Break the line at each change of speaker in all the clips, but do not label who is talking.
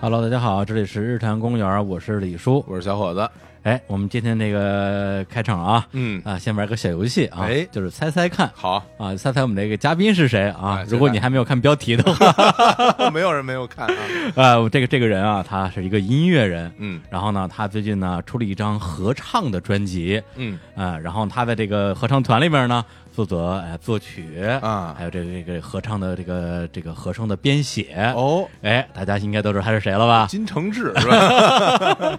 Hello，大家好，这里是日坛公园，我是李叔。
我是小伙子。
哎，我们今天这个开场啊，
嗯
啊，先玩个小游戏啊，
哎
就是猜猜看
好，
啊，猜猜我们这个嘉宾是谁啊
哎？
如果
现
你
在
还没有看标题的 话，
没有人没有看啊。
呃，我这个这个人啊，他是一个音乐人，
嗯
然后呢，他最近呢出了一张合唱的专辑，
嗯
啊，然后他在这个合唱团里面呢，负责哎作曲
啊
还有这个这个合唱的这个这个和声的编写。
哦，
哎，大家应该都知道他是谁了吧？
金承志是 吧？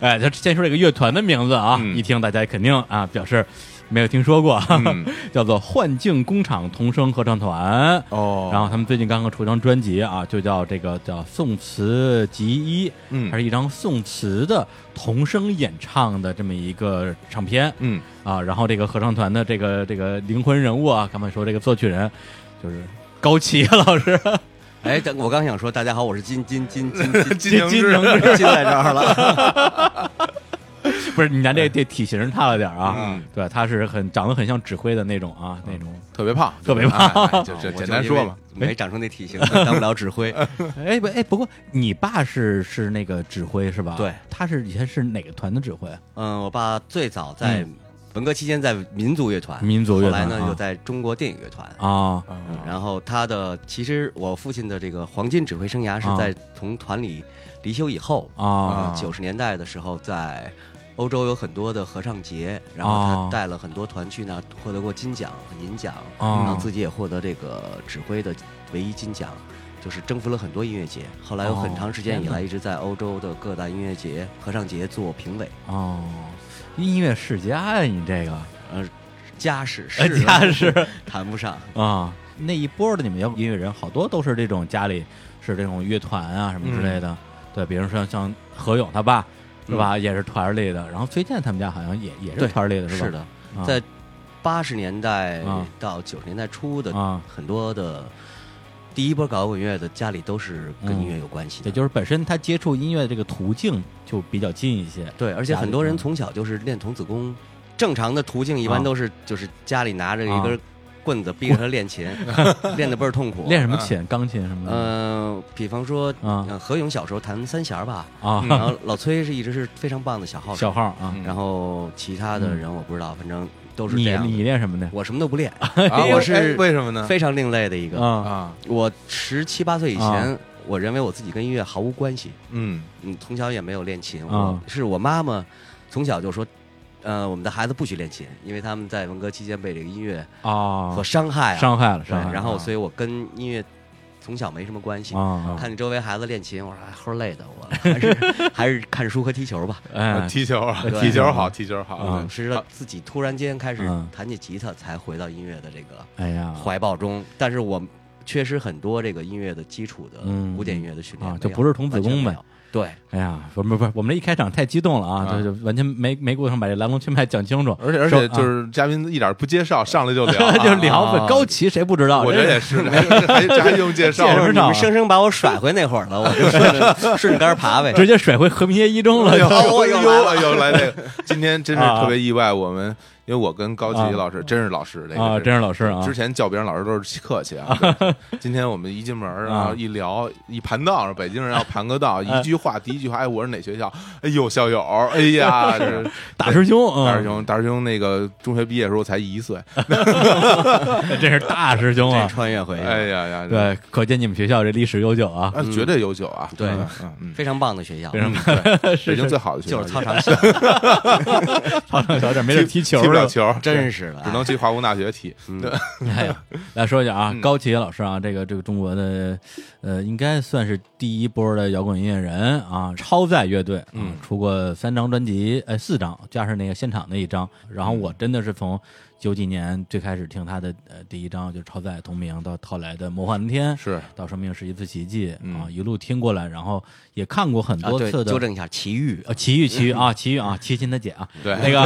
哎，就先说这个乐团的名字啊，
嗯
一听大家肯定啊表示没有听说过，
嗯
叫做幻境工厂童声合唱团。
哦
然后他们最近刚刚出一张专辑啊，就叫这个叫《宋词集一》，
嗯
它是一张宋词的童声演唱的这么一个唱片。
嗯
啊，然后这个合唱团的这个这个灵魂人物啊，刚才说这个作曲人就是高旗老师，
哎，等我刚想说，大家好，我是金金金金 金
金承
金
志
承志
金在这 儿了。
不是你咱这这体型差了点儿啊，
哎嗯
对，他是很长得很像指挥的那种啊，那种。
特别胖，
特别
胖，哎就
我
这
就
简单说嘛。
因为
哎
没长出那体型，当不了指 挥。
哎不哎，不过你爸是是那个指挥是吧？
对，
他是以前是哪个团的指挥？
嗯，我爸最早在文革期间在民族乐团，
嗯民族乐团
后来
啊
呢又在中国电影乐团。
啊
嗯然后他的其实我父亲的这个黄金指挥生涯是
啊
在从团里离休以后，
啊
九十年代的时候在。欧洲有很多的合唱节，然后
哦
他带了很多团去那儿获得过金奖、银奖，
哦
然后自己也获得这个指挥的唯一金奖，就是征服了很多音乐节。后来有
哦
很长时间以
天哪
来一直在欧洲的各大音乐节、合唱节做评委，
哦，音乐世家呀，你这个
呃，家世
呃
是 啊
家世
谈不上，
啊，那一波的你们摇滚音乐人，好多都是这种家里是这种乐团啊什么之类的。
嗯
对，比如说像何勇他爸是吧，也是团儿里的。然后崔健他们家好像也也 是
对
团儿里的，吧？
是的，
啊，
在八十年代
啊
到九十年代初的
啊
很多的第一波搞滚乐的家里都是跟音乐有关系的，
也就是本身他接触音乐的这个途径就比较近一些。
对，而且
家里
很多人
嗯
从小就是练童子功，正常的途径一
啊
般都是就是家里拿着一根
啊
棍子逼着他练琴， 练的倍儿痛苦。
练什么琴，钢琴什么的
呃，比方说，
啊
嗯呃嗯何勇小时候弹三弦儿吧，然
啊，
后老崔是一直是非常棒的小号手
小，号啊。
嗯
然 后其他的人我不知道，反正都是
你
这样的。
你练什么的？
我什么都不练，
啊
我是
哎为什么呢？
非常另类的一个。
啊
啊，
我十七八岁以前
啊，
我认为我自己跟音乐毫无关系，
嗯
嗯，从小也没有练琴，我
啊
是我妈妈从小就说，呃，我们的孩子不许练琴，因为他们在文革期间被这个音乐
啊
所，伤害啊，
伤害了，
对
伤害了。
然后
啊
所以我跟音乐从小没什么关系。
啊，
看你周围孩子练琴，我说哎齁累的，我还 是还是看书和踢球吧。
哎，
踢球啊，
对
踢球好，踢球好
啊。
是到自己突然间开始
嗯
弹起吉他，才回到音乐的这个
哎呀，
怀抱中。但是我缺失很多这个音乐的基础的
嗯
古典音乐的训练
啊，
没
就
有
不是童子
完全
功
没
呗
有。对，
哎呀，不不不，我们这一开场太激动了啊，
啊
就就完全没没顾上把这来龙去脉讲清楚，
而且而
说
且就是嘉宾一点不介绍，上来啊 就聊
啊
啊，
就聊
啊
呗。高旗谁不知道？
我觉
这
得也是，还还这还用介绍啊
见
就
识
是
吗？
你们生生把我甩回那会儿了，我就顺着 顺着杆儿爬呗。
直接甩回和平街一中了
哎呦，
就。
哎
又
呦，哎呦，来这个，今天真是
啊
特别意外。我们因为我跟高级
啊
老师真是老师，这个
啊，
是
真是老师啊
之，前叫别人老师都是客气啊， 对今天我们一进门儿，
啊
然后一聊一盘道，北京人要盘个道，一句话，第一句话，哎，我是哪学校？哎呦，校友，哎 呀，这
大师兄，嗯
大师，兄，大师兄，那个中学毕业的时候才一岁，
真是大师兄
这
啊！
穿越回去，
哎呀呀，
对，嗯可见你们学校这历史悠久 啊。
啊，绝对悠久啊，
对
嗯嗯，
非常棒的学校，
非常棒
对北京最好的学校
就是操场小，
操场小点，没地儿踢球
踢不了
了。
球，
真是的，
只能去华工大学踢。对，
哎呀，来说一下啊，
嗯
高旗老师啊，这个这个中国的，呃，应该算是第一波的摇滚音乐人啊，超载乐队，
嗯
啊，出过三张专辑，呃，四张，加上那个现场的一张。然后
嗯
我真的是从九几年最开始听他的呃第一张就是超载同名，到后来的魔幻蓝天，
是
到生命是一次奇迹
嗯
啊，一路听过来，然后也看过很
啊
多
对，
次的
纠正一下，奇遇
呃，奇遇，奇遇啊， 奇遇啊，齐秦他姐啊，
对
那个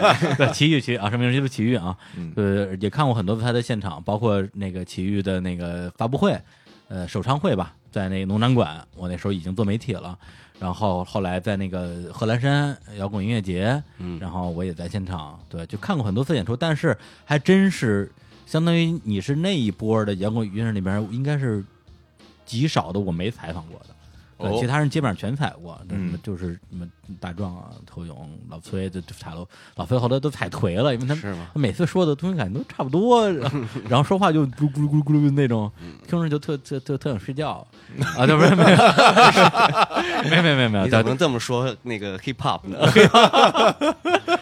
对，奇遇，奇遇啊，什么什么奇遇啊
嗯，
呃，也看过很多次他的现场，包括那个奇遇的那个发布会，呃，首唱会吧，在那个农展馆，我那时候已经做媒体了，然后后来在那个贺兰山摇滚音乐节，
嗯
然后我也在现场，对，就看过很多次演出，但是还真是相当于你是那一波的摇滚音乐里边，应该是极少的我没采访过的。对，
哦
其他人基本上全踩过，什么
嗯
就是什么大壮啊、头勇、老崔，这这踩了，老崔后来都踩颓了，因为他们
是吗？
他每次说的东西感觉都差不多，然 后然后说话就咕噜咕噜咕噜咕噜那种，
嗯
听着就特特特特想睡觉啊！对，不是没有，没没没没有，
你怎
在
么能这么说那个 hip hop 呢？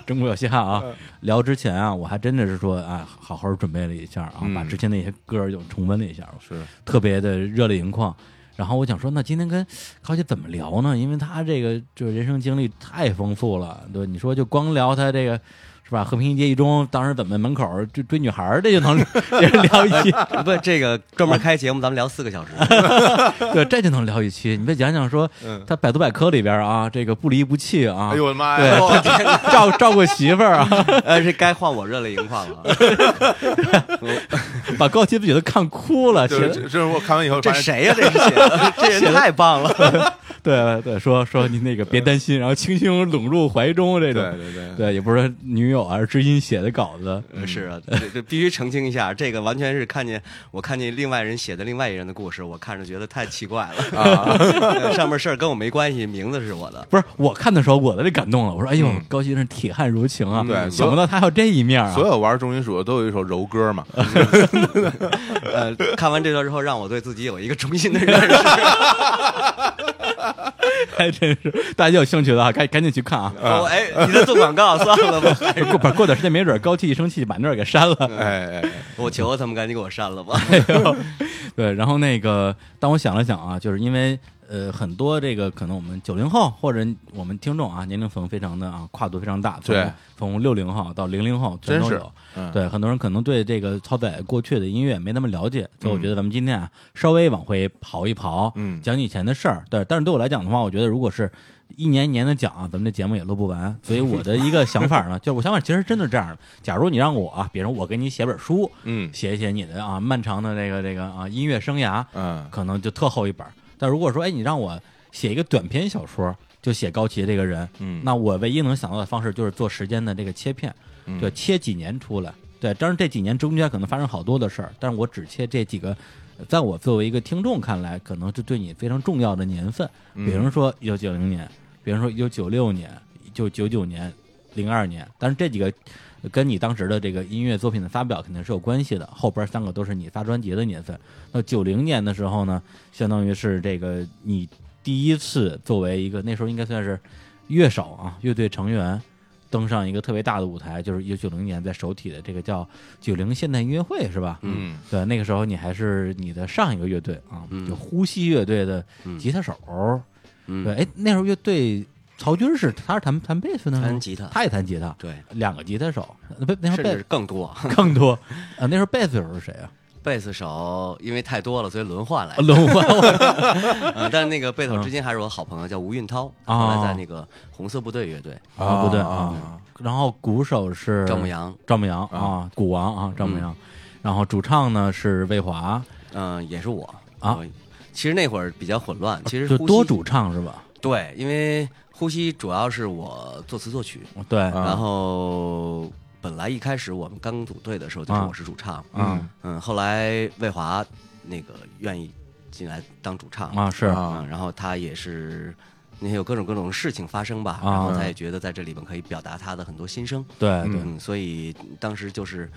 中国有嘻哈啊！
嗯
聊之前啊，我还真的是说啊，好好准备了一下啊，
嗯
把之前那些歌儿又重温了一下，
是
特别的热泪盈眶。然后我想说，那今天跟高姐怎么聊呢？因为她这个就是人生经历太丰富了，对你说就光聊她这个是吧？和平街一中当时怎么门口儿追追女孩儿，这就能 这聊一期，
不，这个专门开节目，咱们聊四个小时。
对，这 就能聊一期。你再讲讲说
嗯，
他百度百科里边啊，这个不离不弃啊
哎，呦我的妈
对
呀！哇，
照照顾媳妇儿啊，
呃，这该换我热泪盈眶 了。
啊
哎
把高旗自己都看哭 了。其
这
实
这这我看完以后
这
发现
谁呀、这是写 的，这人太棒了。
对对，说说你那个别担心，然后轻轻拢入怀中这
对
种，
对对，
对，也不是说女友而知音写的稿子。
是啊，这这必须澄清一下，这个完全是看见我看见另外人写的另外一人的故事，我看着觉得太奇怪了。啊、 上面事儿跟我没关系，名字是我的。
不是我看的时候，我都得感动了。我说：“哎呦
嗯，
高旗真是铁汉如情啊！
嗯对
想不到他还有这一面啊
所！有玩重金属的都有一首柔歌嘛，
呃，看完这段之后，让我对自己有一个重新的认识。
还真是，大家有兴趣的话，赶赶紧去 看啊！
哦，哎，你在做广告，算了吧。
过不是过段时间，没准儿高旗一生气，把那儿给删了。
哎哎，哎
我求他们赶紧给我删了吧。
对，然后那个，但我想了想啊，就是因为呃，很多这个可能我们九零后或者我们听众啊，年龄层非常的啊，跨度非常大，从
对
从六零后到零零后全
真
都
是
有。
嗯，
对，很多人可能对这个超载过去的音乐没那么了解，所以我
嗯
觉得咱们今天啊，稍微往回刨一刨，
嗯
讲讲以前的事儿。对，但是对我来讲的话，我觉得如果是一年一年的讲啊，咱们这节目也录不完。所以我的一个想法呢，就是 我想法其实真的是这样的。假如你让我啊，比如我给你写本书，
嗯
写一写你的啊漫长的这个这个啊音乐生涯，
嗯，
可能就特厚一本儿。但如果说哎你让我写一个短篇小说，就写高旗这个人，
嗯
那我唯一能想到的方式就是做时间的这个切片，
嗯
对，切几年出来。对，当然这几年中间可能发生好多的事儿，但是我只切这几个，呃在我作为一个听众看来，可能就对你非常重要的年份，
嗯
比如说一九九零年，比如说一九九六年、一九九九年、零二年，但是这几个呃跟你当时的这个音乐作品的发表肯定是有关系的。后边三个都是你发专辑的年份。那九零年的时候呢，相当于是这个你第一次作为一个那时候应该算是乐手啊，乐队成员。登上一个特别大的舞台，就是一九九零年在首体的这个叫九零现代音乐会，是吧？
嗯
对，那个时候你还是你的上一个乐队啊，
嗯
就呼吸乐队的吉他手。对，
嗯，
哎，那时候乐队曹军是他是弹弹贝斯的吗？
弹吉他
他也弹吉他，
对，
两个吉他手。呃不，那时候
甚
贝
至更多。
斯 更多啊、呃那时候贝斯手是谁 啊？
贝斯手因为太多了，所以轮换来
啊。轮换我
嗯，但是那个贝斯手至今还是我好朋友，叫吴运涛，
哦
后来在那个红色部队乐队，
啊，不对
啊
啊。然后鼓手是
赵牧，阳，
赵牧阳啊，鼓王啊，赵牧阳。然后主唱呢是魏华，
嗯，也是我
啊。
我其实那会儿比较混乱，其实
就
呼吸
多主唱是吧？
对，因为呼吸主要是我作词作曲，
对，
啊
然后本来一开始我们刚组队的时候
啊
就是我是主唱，
嗯
嗯，后来魏华那个愿意进来当主唱
啊是
啊
嗯，然后他也是。那些有各种各种事情发生吧，
啊
然后他也觉得在这里边可以表达他的很多心声，
对对
嗯，所以当时就是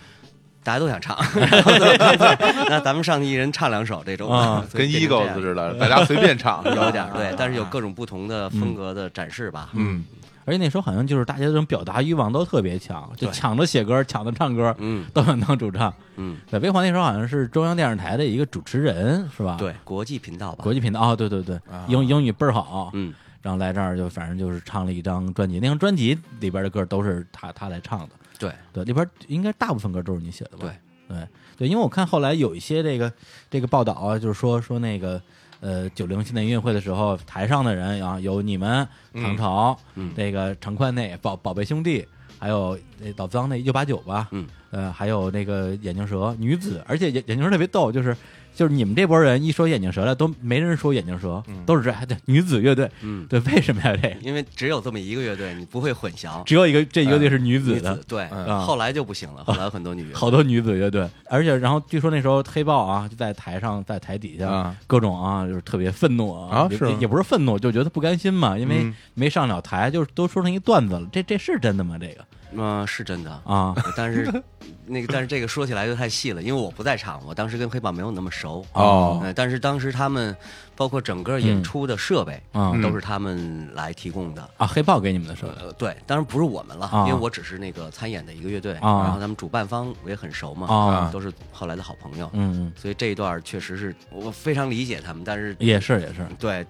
大家都想唱，然后就那咱们上去一人唱两首这种的
啊
所
跟
以变成这
Eagles
样
似的，大家随便唱，是吧
有点儿对，但是有各种不同的风格的展示吧。
嗯
而且那时候好像就是大家这种表达欲望都特别强，就
对
抢着写歌，抢着唱歌，
嗯
都想当主唱。
嗯，
对，魏华那时候好像是中央电视台的一个主持人，是吧？，
对，国际频道吧
国。际频道哦，对对对，
啊
英英语倍儿好，
嗯，
然后来这儿就反正就是唱了一张专辑，那张专辑里边的歌都是他他来唱的，
对，
对，里边应该大部分歌都是你写的吧？
对
对对，因为我看后来有一些这个这个报道啊，就是说说那个呃九零现代音乐会的时候，台上的人啊有你们唐朝，
嗯
这个常宽那宝宝贝兄弟，还有那老张那一九八九吧，
嗯
呃，还有那个眼镜蛇女子，而且眼眼镜蛇特别逗，就是就是你们这波人一说眼镜蛇了，都没人说眼镜蛇，都是这哎对女子乐队，
嗯，
对，为什么要这样？
因为只有这么一个乐队，你不会混淆。
只有一个这一个队是女子
呃女
的
子，对，
嗯
后来就不行了，后来很多女乐队
好多女子乐队，而且然后据说那时候黑豹啊就在台上在台底下、
啊
各种啊就是特别愤怒
啊
也
是吗
也也不是愤怒，就觉得不甘心嘛，因为
嗯
没上了台，就是都说成一段子了，这这是真的吗？这个
嗯，是真 的。
啊
但是，那个但是这个说起来就太细了，因为我不在场，我当时跟黑豹没有那么熟。
哦
呃但是当时他们包括整个演出的设备
啊、
嗯
都是他们来提供的。
啊！黑豹给你们的设备
呃，对，当然不是我们了，
啊
因为我只是那个参演的一个乐队，
啊
然后他们主办方我也很熟嘛，
啊
都是后来的好朋友，
嗯，
所以这一段儿确实是我非常理解他们，但是
嗯也是也是。
对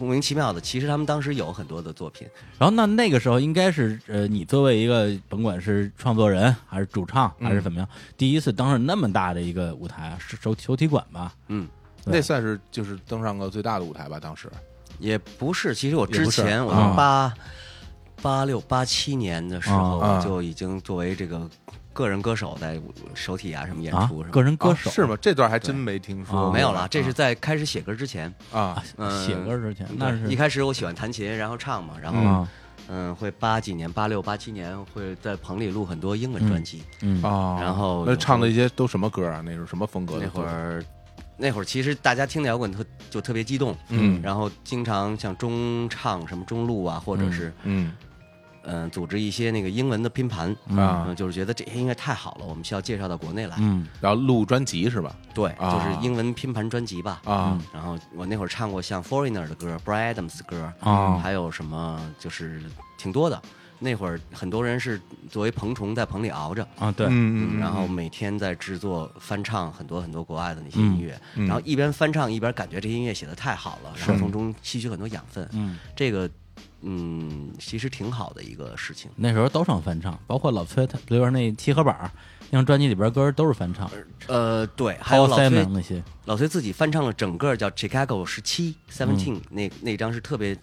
莫名其妙的，其实他们当时有很多的作品，
然后那那个时候应该是呃，你作为一个甭管是创作人还是主唱还是怎么样，
嗯
第一次登上那么大的一个舞台，是首球体馆吧？
嗯，
对
那算是就是登上过最大的舞台吧，当时
也不是，其实我
也
之
不是
前我
啊
从八八六八七年的时候，
啊
我就已经作为这个个人歌手在首体啊什么演
啊
出，什么
个人歌
啊
手、
是吗？这段还真没听说
啊
过，
没有了，这是在开始写歌之前，
啊
嗯
写歌之前那
对
是嗯
一开始我喜欢弹琴，然后唱嘛，然后
嗯
啊
嗯，会八几年、八六、八七年会在棚里录很多英文专辑。
嗯
哦，
然后
那唱的一些都什么歌啊？那是什么风格的？
那会儿，那会儿其实大家听摇滚特就特别激动，
嗯
然后经常像中唱什么中路啊，或者是
嗯
嗯、呃组织一些那个英文的拼盘，
啊
嗯，就是觉得这些音乐太好了，我们需要介绍到国内来。
嗯
然后录专辑是吧？
对，
啊
就是英文拼盘专辑吧。
啊
然后我那会儿唱过像 Foreigner 的歌、Brad Adams 的歌，
啊嗯
哦
还有什么就是挺多的。那会儿很多人是作为棚虫在棚里熬着，
啊对
嗯嗯，
然后每天在制作翻唱很多很多国外的那些音乐，
嗯嗯
然后一边翻唱一边感觉这音乐写的太好了，然后从中吸取很多养分。
嗯。
这个，嗯，其实挺好的一个事情。
那时候都上翻唱，包括老崔他，比如说那七合板儿，那张专辑里边歌儿都是翻唱，
呃，对，还有
Paul
老
Simon
崔，
那些
老崔自己翻唱了整个叫《Chicago 十七 Seventeen》那
嗯
那张是特别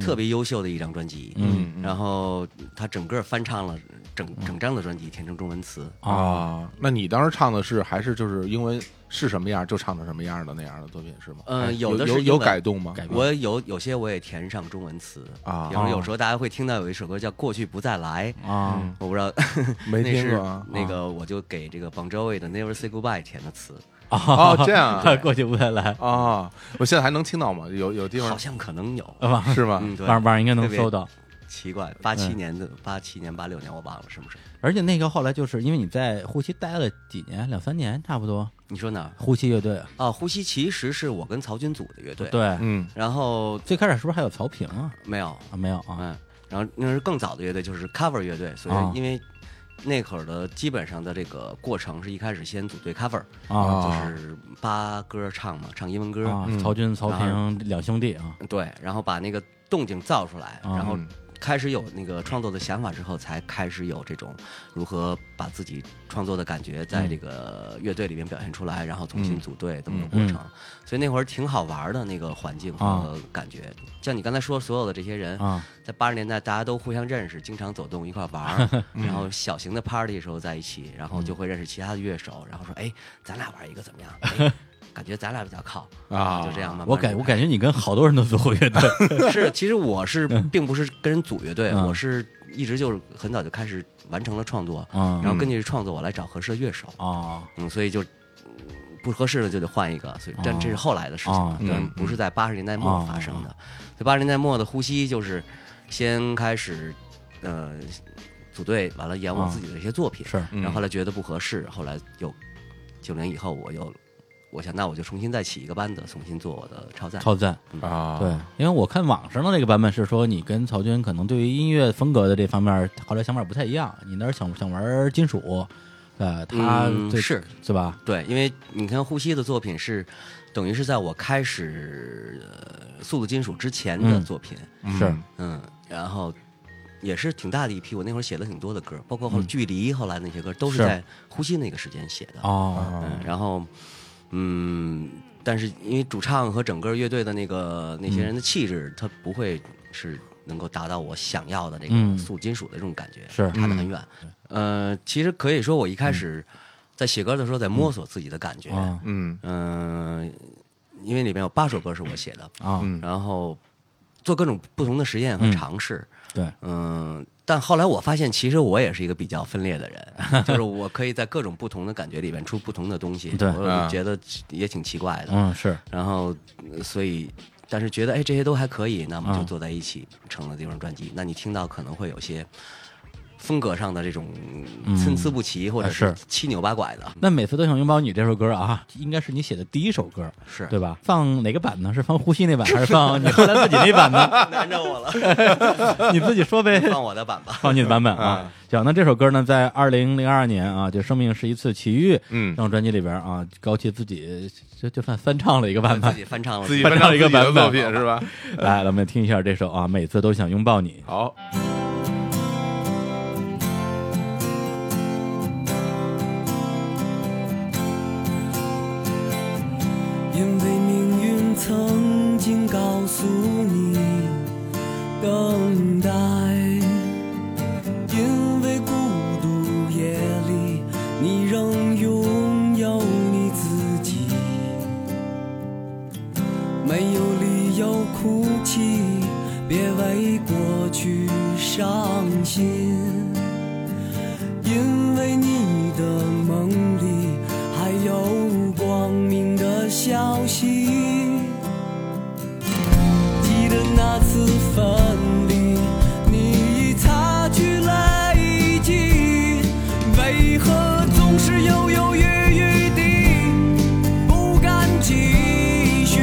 特别优秀的一张专辑。
嗯
然后他整个翻唱了整
嗯
整张的专辑，填成中文词。
啊，那你当时唱的是还是就是英文是什么样就唱成什么样的那样的作品是吗？还
呃
是有
有的是
有
英
有
文
改动吗？
改编
我有有些我也填上中文词
啊
比方说有时候大家会听到有一首歌叫《过去不再来》，嗯
啊、
我不知道，
没
那
听
是
过啊
那个我就给这个 Bon Jovi 的《Never Say Goodbye》填的词，
哦 这样啊
过去不再来，
啊，我现在还能听到吗？有有地
好
方呃
像可能有，
啊吧，
是吗？
嗯，对，
网网上应该能搜到。
奇怪，八
嗯
七年的，八七年、八六年我忘了是不是？
而且那个后来就是因为你在呼吸待了几年，两三年差不多，
你说哪儿？
呼吸乐队，
啊，呼吸其实是我跟曹军组的乐队，，
对，
嗯
然后
最开始是不是还有曹平啊？
没有，
啊，没有啊，
嗯，然后那是更早的乐队，就是 cover 乐队，所
啊
以因为那会儿的基本上的这个过程是一开始先组队 cover，
啊
就是八歌唱嘛，唱英文歌，
啊
哦嗯，
曹军、曹
然
平两兄弟啊，
对，然后把那个动静造出来，
啊
然后
嗯
开始有那个创作的想法之后，才开始有这种如何把自己创作的感觉
嗯
在这个乐队里面表现出来，然后重新组队这么个
嗯
过程。所以那会儿挺好玩的那个环境和感觉。像你刚才说，所有的这些人
啊，
在八十年代大家都互相认识，经常走动一块玩 儿，
嗯
然后小型的 party 的时候在一起，然后就会认识其他的乐手，然后说：“哎，咱俩玩一个怎 么样？”哎感觉咱俩比较靠
啊
就这样慢慢
我感我感觉你跟好多人都组过 乐队
是，其实我是并不是跟人组乐队，
嗯
我是一直就是很早就开始完成了创作，
啊
然后根据创作我来找合适的乐手，
啊
嗯，所以就嗯不合适的就得换一个，所以
哦
但这是后来的事情
哦
了，但
嗯
不是在八十年代末发生的。所以八十年代末的呼吸就是先开始，呃，组队完了演我
哦
自己的一些作品，
是
嗯
然后后来觉得不合适，后来又九零以后我又。我想，那我就重新再起一个班子，重新做我的超载。
超赞。
啊，
对，因为我看网上的这个版本是说，你跟曹军可能对于音乐风格的这方面，后来想法不太一样。你那儿想想玩金属，呃，他
嗯
最、
是
是吧？
对，因为你看呼吸的作品是，等于是在我开始、呃、速度金属之前的
嗯
作品，
嗯
是
嗯然后也是挺大的一批。我那会儿写了挺多的歌，包括后距离后来那些歌都是
是
在呼吸那个时间写的。
哦，
啊
嗯，然后嗯，但是因为主唱和整个乐队的那个那些人的气质，他不会是能够达到我想要的这
嗯
个速金属的这种感觉，
是嗯
差得很远。呃，其实可以说我一开始在写歌的时候在摸索自己的感觉，
啊
嗯
嗯、因为里面有八首歌是我写的，
啊，
嗯
然后做各种不同的实
嗯
验和尝试，
对，
嗯、但后来我发现，其实我也是一个比较分裂 的人，就是我可以在各种不同的感觉里面出不同的东西，
对
我
啊
就觉得也挺奇怪的。
嗯是，
然后呃所以，但是觉得哎这些都还可以，那么就
嗯
坐在一起成了这张专辑。那你听到可能会有些风格上的这种参差不齐，或者
嗯是
七扭八拐的，
那每次都想拥抱你这首歌啊，应该是你写的第一首歌，
是
对吧？放哪个版呢？是放呼吸那版，还是 放你后来自己那版呢？
难着我了，
你自己说呗。
放嗯我的版吧。
放你的版本啊，行，那这首歌呢，在二零零二年啊，就《生命是一次奇遇》这
嗯，
张专辑里边啊，高旗自己就就算翻唱了一个版
自
本，
己 翻唱了
自己
翻
翻
唱
唱
一个
自己的
版本
作品是吧？
来，咱们听一下这首啊，《每次都想拥抱你》。
好，
因为命运曾经告诉你等待，因为孤独夜里你仍拥有你自己，没有理由哭泣，别为过去伤心。因为你的梦里还有光明的消息。记得那次分离，你已擦去泪迹，为何总是犹犹豫豫地不敢继续？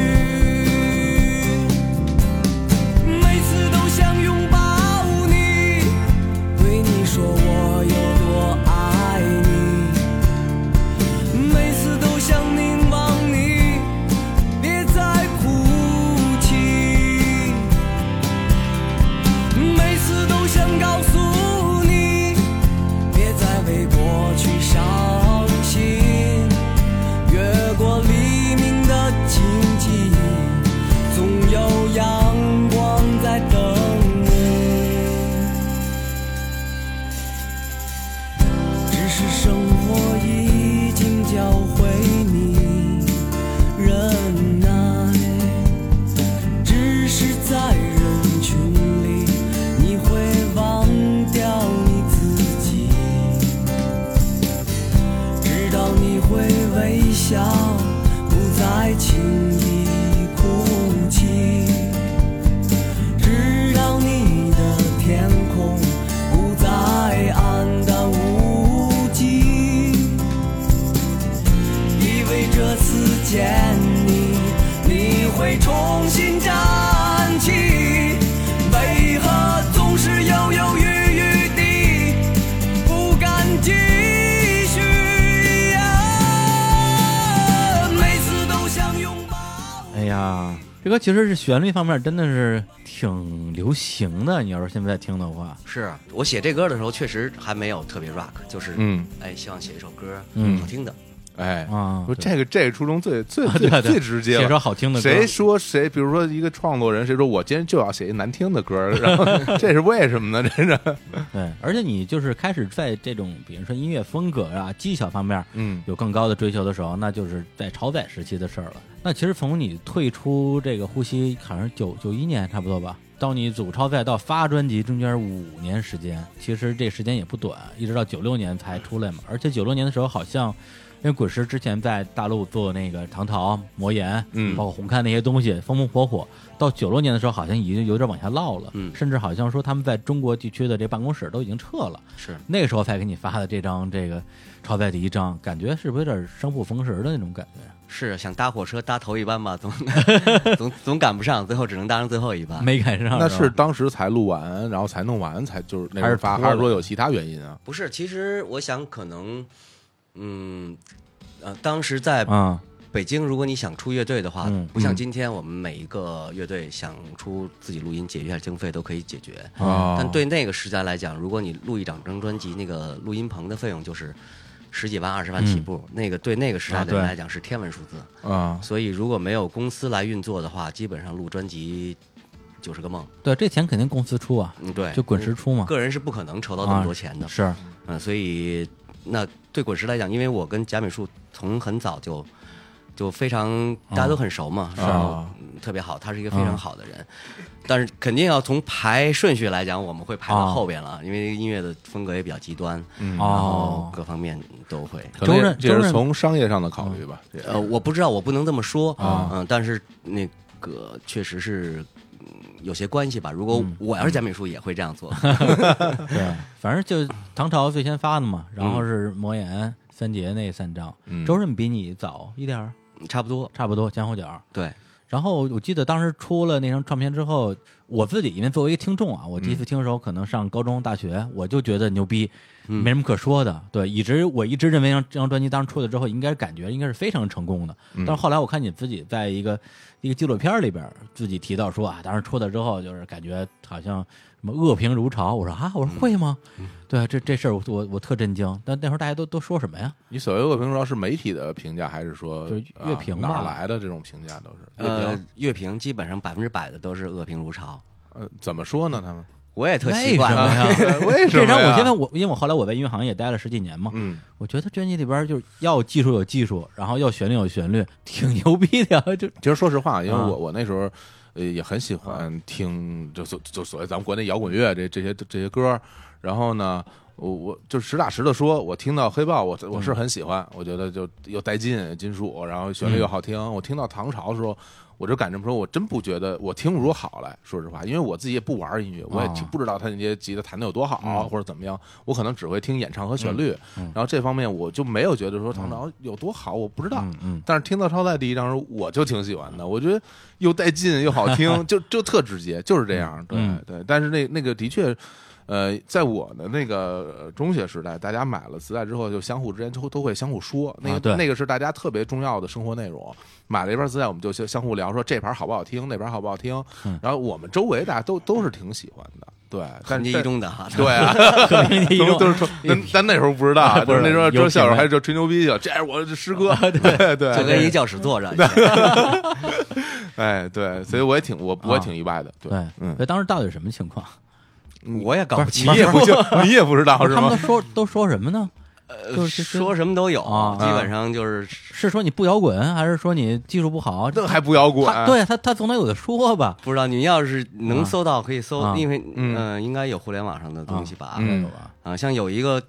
每次都想拥抱你。对你说我有多爱你，每次都想凝望你，别再哭泣，每次都想告诉你，别再为过去伤心，越过黎明的荆棘，总有阳光在等你。只是生活已经教会你忍耐，只是在人群里你会忘掉你自己，直到你会微笑，不再轻易哭泣。直到你的天空不再黯淡无际，以为这次见你，你会重新站起，为何总是犹犹豫豫地不敢继续啊？每次都想拥抱。
哎呀，这歌其实是旋律方面真的是挺流行的。你要是现在听的话，
是啊我写这歌的时候，确实还没有特别 rock，就是
嗯，
哎，希望写一首歌
嗯
好听的，
哎，
啊，
说这个这个初衷最最
啊
最
对对
最直接
写首
了。
好听的歌，
谁说谁？比如说一个创作人，谁说我今天就要写一难听的歌？然后 这是为什么呢？这是
对，而且你就是开始在这种，比如说音乐风格啊、技巧方面
嗯
有更高的追求的时候，那就是在超载时期的事儿了。那其实从你退出这个呼吸，好像九九一年差不多吧，到你组超载到发专辑中间五年时间，其实这时间也不短，一直到九六年才出来嘛。而且九六年的时候好像。因为滚石之前在大陆做那个唐陶、魔岩，
嗯
包括红勘那些东西，风风火火。到九六年的时候，好像已经有点往下落了，
嗯
甚至好像说他们在中国地区的这办公室都已经撤了。
是
那个时候才给你发的这张这个超载第一张，感觉是不是有点生不逢时的那种感觉？
是啊想搭火车搭头一班 吧，总总总赶不上，最后只能搭上最后一班。
没赶上，
那
啊是
是
吧
当时才录完，然后才弄完，才就是那
还是
个发，
拖了
还是说有其他原因啊？
不是，其实我想可能，嗯，呃，当时在
啊，
北京，如果你想出乐队的话，
嗯
不像今天我们每一个乐队想出自己录音解决一下经费都可以解决。
哦
啊，
但对那个时代来讲，如果你录一整张专辑，那个录音棚的费用就是十几万、二十万起步，那个对那个时代
嗯
的
啊
人
对
来讲是天文数字。
啊，
所以如果没有公司来运作的话，基本上录专辑就是个梦。
对，这钱肯定公司出啊，
嗯，对，
就滚石出嘛，
个人是不可能筹到那么多钱的
啊。是，
嗯，所以那对滚石来讲，因为我跟贾美术从很早就就非常大家都很熟嘛，是吧
啊？
嗯特别好，他是一个非常好的人，但是肯定要从排顺序来讲，我们会排到
啊
后边了，因为音乐的风格也比较极端，
嗯
然后
哦，
各方面都会。
可能
周润
也这
周
是
润
从商业上的考虑吧。
嗯
也
呃，我不知道，我不能这么说
啊
嗯，但是那个确实是。嗯有些关系吧。如果
嗯
我要是贾美术，也会这样做。
对，反正就唐朝最先发的嘛，然后是魔岩、三杰那三张，
嗯
周润比你早一点儿，
差不多，
差不多前后脚。
对，
然后我记得当时出了那张唱片之后，我自己因为作为一个听众啊，我第一次听的时候可能上高中、大学，我就觉得牛逼，
嗯
没什么可说的。对，一直我一直认为这张专辑当时出了之后，应该感觉应该是非常成功的。
嗯
但是后来我看你自己在一个一个纪录片里边自己提到说啊，当时出了之后就是感觉好像什么恶评如潮。我说啊，我说会吗？
嗯
对，这这事儿我我我特震惊。但那时候大家都都说什么呀？
你所谓恶评如潮是媒体的评价，还是说
就是
啊
乐评吧
哪来的这种评价都是？乐
呃
评，
乐评基本上百分之百的都是恶评如潮。
呃，怎么说呢？他 们
我也特
为
奇
什
怪，啊
么呀？
为什么
这
呀？
张我现在我因为我后来我在音乐行业也待了十几年嘛，
嗯，
我觉得专辑里边就是要技术有技术，然后要旋律有旋律， 挺牛逼的呀。就
其实说实话，因为
啊
我我那时候。呃，也很喜欢听，就所就所谓咱们国内摇滚乐这这些这些歌儿，然后呢，我我就实打实的说，我听到黑豹，我我
嗯
是很喜欢，我觉得就又带劲，金属，然后
嗯
旋律又好听。我听到唐朝的时候，我就敢这么说，我真不觉得我听不出好来。说实话，因为我自己也不玩音乐，我也
哦
听不知道他那些吉他弹的有多
嗯
好，或者怎么样，我可能只会听演唱和旋律。然后这方面我就没有觉得说唐朝有多好，我不知道。
嗯嗯，
但是听到超载第一张时候，我就挺喜欢的，我觉得又带劲又好 听，就就特直接，就是这样。对、
嗯
对，但是那那个的确。呃，在我的那个呃中学时代，大家买了磁带之后，就相互之间都都会相互说，那
啊
个、
对
那个是大家特别重要的生活内容。买了一盘磁带，哎我们就相相互聊说这盘好不好听，那盘好不好听。
嗯
然后我们周围大家都都是挺喜欢的，对。但
很
是
一中的哈。
对啊，
可能一
都
种
都是吹，但但那时候不知道，啊
不
就是是那时候
有
就是校友
品位
还就吹牛逼去，这是我的师 哥，对对，
就跟一教室坐着，以前
哎，对，所以我也挺
啊
我我也挺意外的，
对，
嗯，
所以当时到底什么情况？
我也搞不
你
清。
也不就 你也不知道
不
啊是
是他们
吗
都？说都说什么呢？
呃
就是
说什么都有
啊，
基本上就是
是说你不摇滚，还是说你技术不好？
那还啊不摇滚？
他
啊
对他他总得有的说吧？
不知道。你要是能搜到，可以
啊
搜，因为
嗯
嗯，应该有互联网上的东西吧
嗯。
啊，像有一个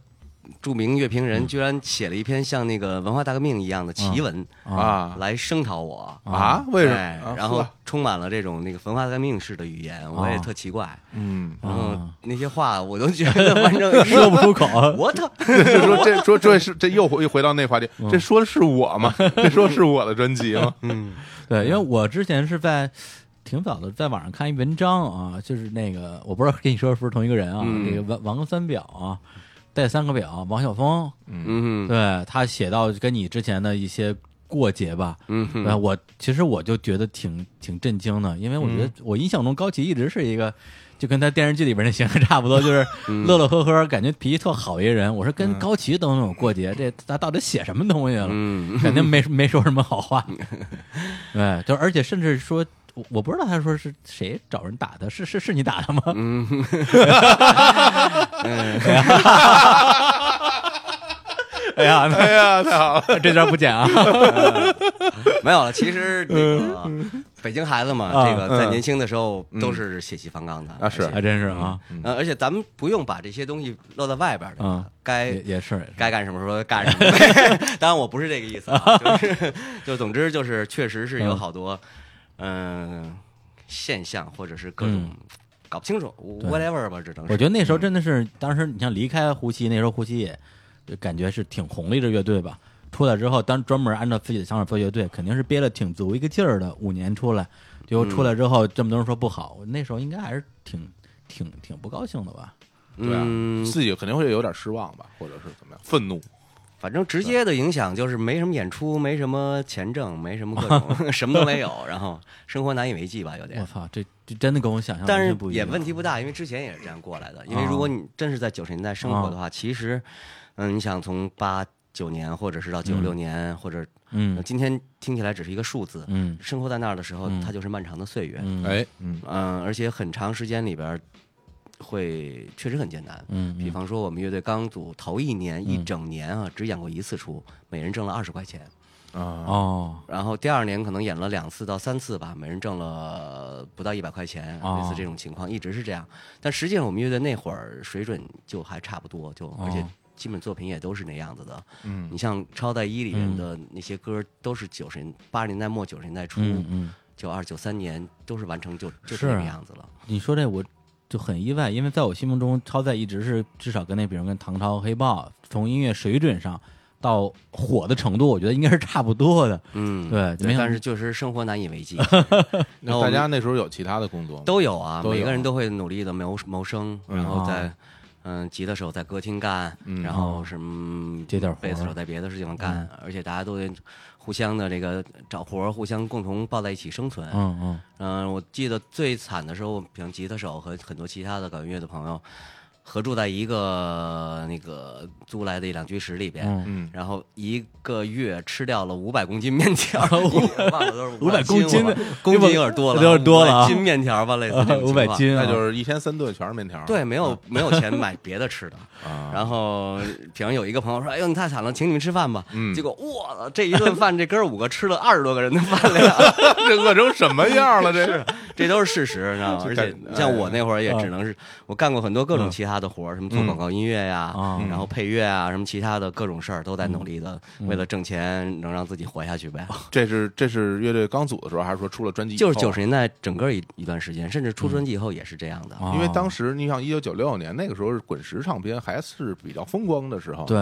著名乐评
嗯
人，居然写了一篇像那个文化大革命一样的奇文
啊
啊
来声讨我。
啊，为什
哎
么？啊
然后
呵
充满了这种那个文化大革命式的语言，我也特奇怪。
嗯，
然后
啊
那些话我都觉得，反正
说不 出口。
我操，
就说 这说这是这又回又回到那话题，
嗯
这说的是我 吗？这说是我的专辑吗？嗯
对，因为我之前是在挺早的，在网上看一文章啊，就是那个我不知道跟你说是不是同一个人啊，
嗯
这个王王三表啊，带三个表，王晓峰，
嗯
对他写到跟你之前的一些过节吧，
嗯哼，
然后呃我其实我就觉得挺挺震惊的，因为
嗯
我觉得我印象中高旗一直是一个，就跟他电视剧里边那形象差不多，就是
嗯
乐乐呵呵，感觉脾气特好一人。我说跟高旗都能有过节，这他到底写什么东西了？
嗯
肯定没没说什么好 话。对，就而且甚至说。我我不知道他说是谁找人打的，是是是你打的吗？
嗯
哎呀，
哎呀，太好了，
那这段不剪啊！
哎 没有了。其实那个北京孩子嘛，
嗯啊
这个在年轻的时候都是血气方刚的
啊是
还真是啊，
呃，而且咱们不用把这些东西露在外边儿
嗯
的，该
也也是
该干什么时候干什么。 当然，我不是这个意思啊，就是 就总之就是，确实是有好多嗯、现象，或者是各种、
嗯
搞不清楚
对
，whatever 吧，只能是
我觉得那时候真的是，当时你像离开呼吸，那时候呼吸也就感觉是挺红的一支乐队吧。出来之后，当专门按照自己的想法做乐队，肯定是憋了挺足一个劲儿的。五年出来，结果
嗯
出来之后，这么多人说不好，我那时候应该还是挺挺挺不高兴的吧？
对啊
嗯，，
自己肯定会有点失望吧，或者是怎么样，愤怒，
反正直接的影响就是没什么演出，没什么钱挣，没什么各 种什么都没有，然后生活难以为继吧，有
我
点。
操，这这真的跟我想象
啊但
啊完
是
全不一
也
样。哦
问题不大，因为之前也是这样过来的。因为如果你真是在九十年代生活的话，其实，嗯，你想从八九年，或者是到九六年，或者呃
嗯
今天听起来只是一个数字，
嗯
生活在那儿的时候，
嗯
它就是漫长的岁月。
嗯，
哎，嗯
嗯，而且很长时间里边儿会确实很艰难。
嗯，
比方说，我们乐队刚组头一年一
嗯
整年啊，只演过一次出，每人挣了二十块钱。
啊，
哦，
然后第二年可能演了两次到三次吧，每人挣了不到一百块钱，
哦
类似这种情况一直是这样。但实际上我们乐队那会儿水准就还差不多，
哦
就而且基本作品也都是那样子的。
嗯
你像《超代一》里面的那些歌都是九十八十年代末九十年代初，
嗯嗯，
九二九三年都是完成就就是
是啊
那个样子了。
你说这我就很意外，因为在我心目中，超载一直是至少跟那，比如跟唐朝、黑豹，从音乐水准上到火的程度，我觉得应该是差不多的。
嗯，
对没想
但是就是生活难以 为继，然
那大
后我们
家那时候有其他的工作吗
都有啊，
都有
每个人都会努力的谋谋生，
嗯
然后在
哦
嗯急的时候在歌厅干，
嗯
然后什么
接点活儿嗯
贝斯手在别的事情上干，而且大家都得互相的这个找活儿，互相共同抱在一起生存。
嗯嗯
嗯，我记得最惨的时候，像吉他手和很多其他的搞音乐的朋友合住在一个那个租来的一两居室里边。
嗯，
嗯，
然后一个月吃掉了五百公斤面条儿，我忘了都是
500公斤
斤了吧，公斤有点多了，
有点多了啊
500斤面条儿吧，类似这种
五百
情况
斤，啊
那就是一天三顿全是面条，
对，没有没有钱买别的吃的。
啊，
然后，平时有一个朋友说：“哎呦，你太惨了，请你们吃饭吧。”
嗯
结果我操，这一顿饭，这哥儿五个吃了二十多个人的饭量，
这饿成什么样了？这是
这都是事实，你知 道吗？
这
而
太
且像我那会儿也只能是，我干过很多各种其他的活儿，什么做广告音乐呀，
啊
然后配乐啊，什么其他的各种事儿，都在努力的，为了挣钱能让自己活下去呗。
这是这是乐队刚组的时候，还是说出了专辑以
就
后啊？
是九十年代整个一一段时间，甚至出专辑以后也是这样的。
哦
因为当时你像一九九六年那个时候，滚石唱片还是比较风光的时候，
对，，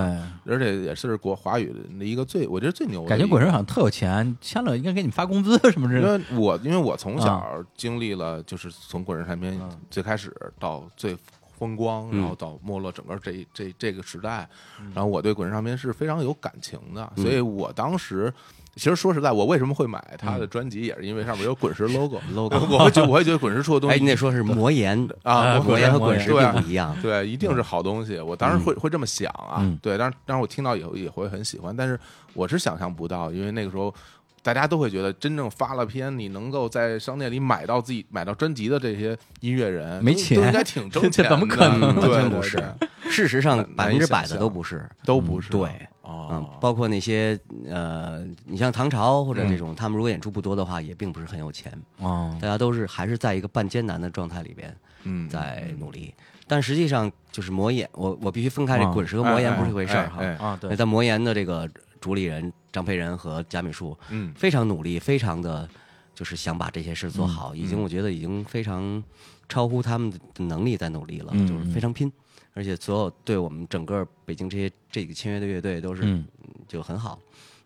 而且也是国华语的一个最，我觉得最牛的一个。
感觉滚石好像特有钱，签了应该给你们发工资什么之类
因
的。
为我因为我从
嗯
小经历了，就是从滚石唱片最开始到最风光，
嗯
然后到没落整个这这这个时代，
嗯
然后我对滚石唱片是非常有感情的，所以我当时。其实说实在，我为什么会买他
嗯
的专辑，也是因为上面有滚石 logo，logo，我会觉得我会觉得滚石出的东
哎，
西
你得说是魔岩，
啊
啊，
果
魔
然
岩
我
和滚石
果
并
然
不一样。
对，一定是好东西。我当然会、会这么想
啊
啊，
嗯
对，但是但是我听到以后也会很喜欢，但是我是想象不到，因为那个时候大家都会觉得真正发了片，你能够在商店里买到自己买到专辑的这些音乐人，
没
都
钱
都应该挺挣 钱
这
的，
怎么可能
对
真
对
不
对
是，事实上
难
百分
以
之百
想
的
象
都不是。
都不是，
对，嗯
哦，，
包括那些呃，你像唐朝或者这种，他们如果演出不多的话，也并不是很有钱，
哦
大家都是还是在一个半艰难的状态里边
嗯，
在努力。但实际上就是魔岩，我我必须分开这
嗯
滚石
哎
和魔岩
哎
不是一回事儿
哎
哈。
哎
啊，
那
对，
在魔岩的这个主理人张培仁和贾美树
嗯
非常努力，非常的就是想把这些事做好，已经
嗯
我觉得已经非常超乎他们的能力在努力了，
嗯
就是非常拼。而且所有对我们整个北京这些这个签约的乐队都是
嗯
就很好。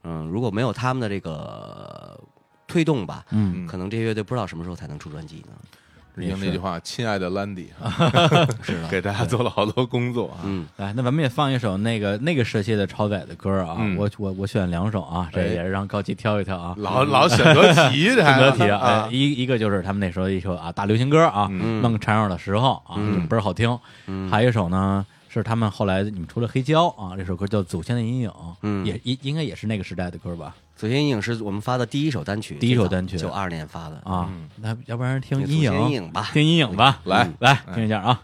嗯，如果没有他们的这个推动吧，
嗯，
可能这些乐队不知道什么时候才能出专辑呢。
应那句话，亲爱的兰迪，
是 的，
给大家做了好多工作啊，
嗯，
来，哎那咱们也放一首那个那个时期的超载的歌啊，
嗯
我我我选两首啊，这
哎
也是让高奇挑一挑啊。
老老选择题，这
选
还
择题
啊
哎，，一一个就是他们那时候一首啊大流行歌啊，
嗯
弄缠绕的时候啊，
嗯
倍儿好听。还有一首呢是他们后来你们除了黑胶啊，这首歌叫《祖先的阴影》，
嗯
也应应该也是那个时代的歌吧？
《祖先阴影》是我们发的第一首单曲，
第一首单曲
九二年发的。
啊，那要不然听
嗯那祖
阴
先阴
影，
影吧，
听阴影吧，
来
来听一下啊。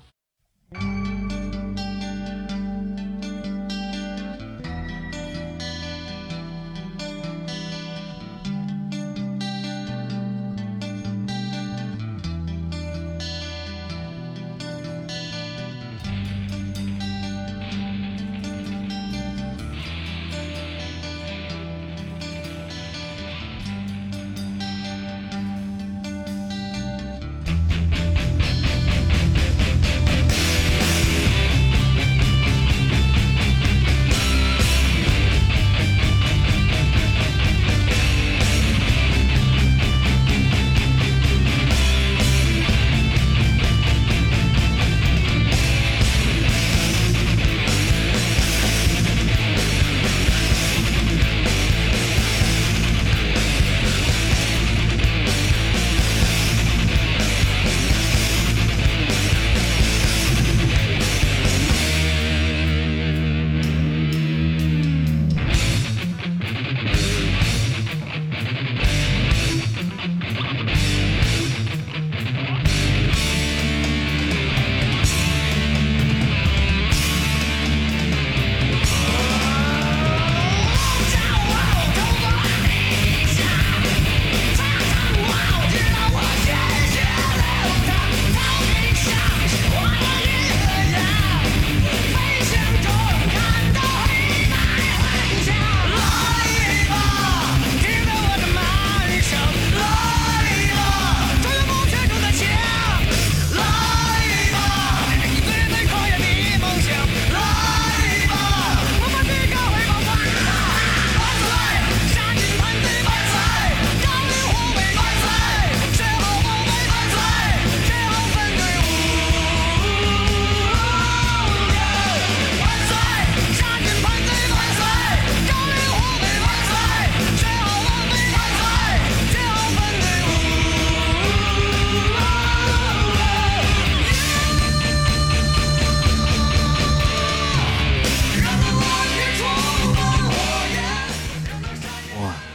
我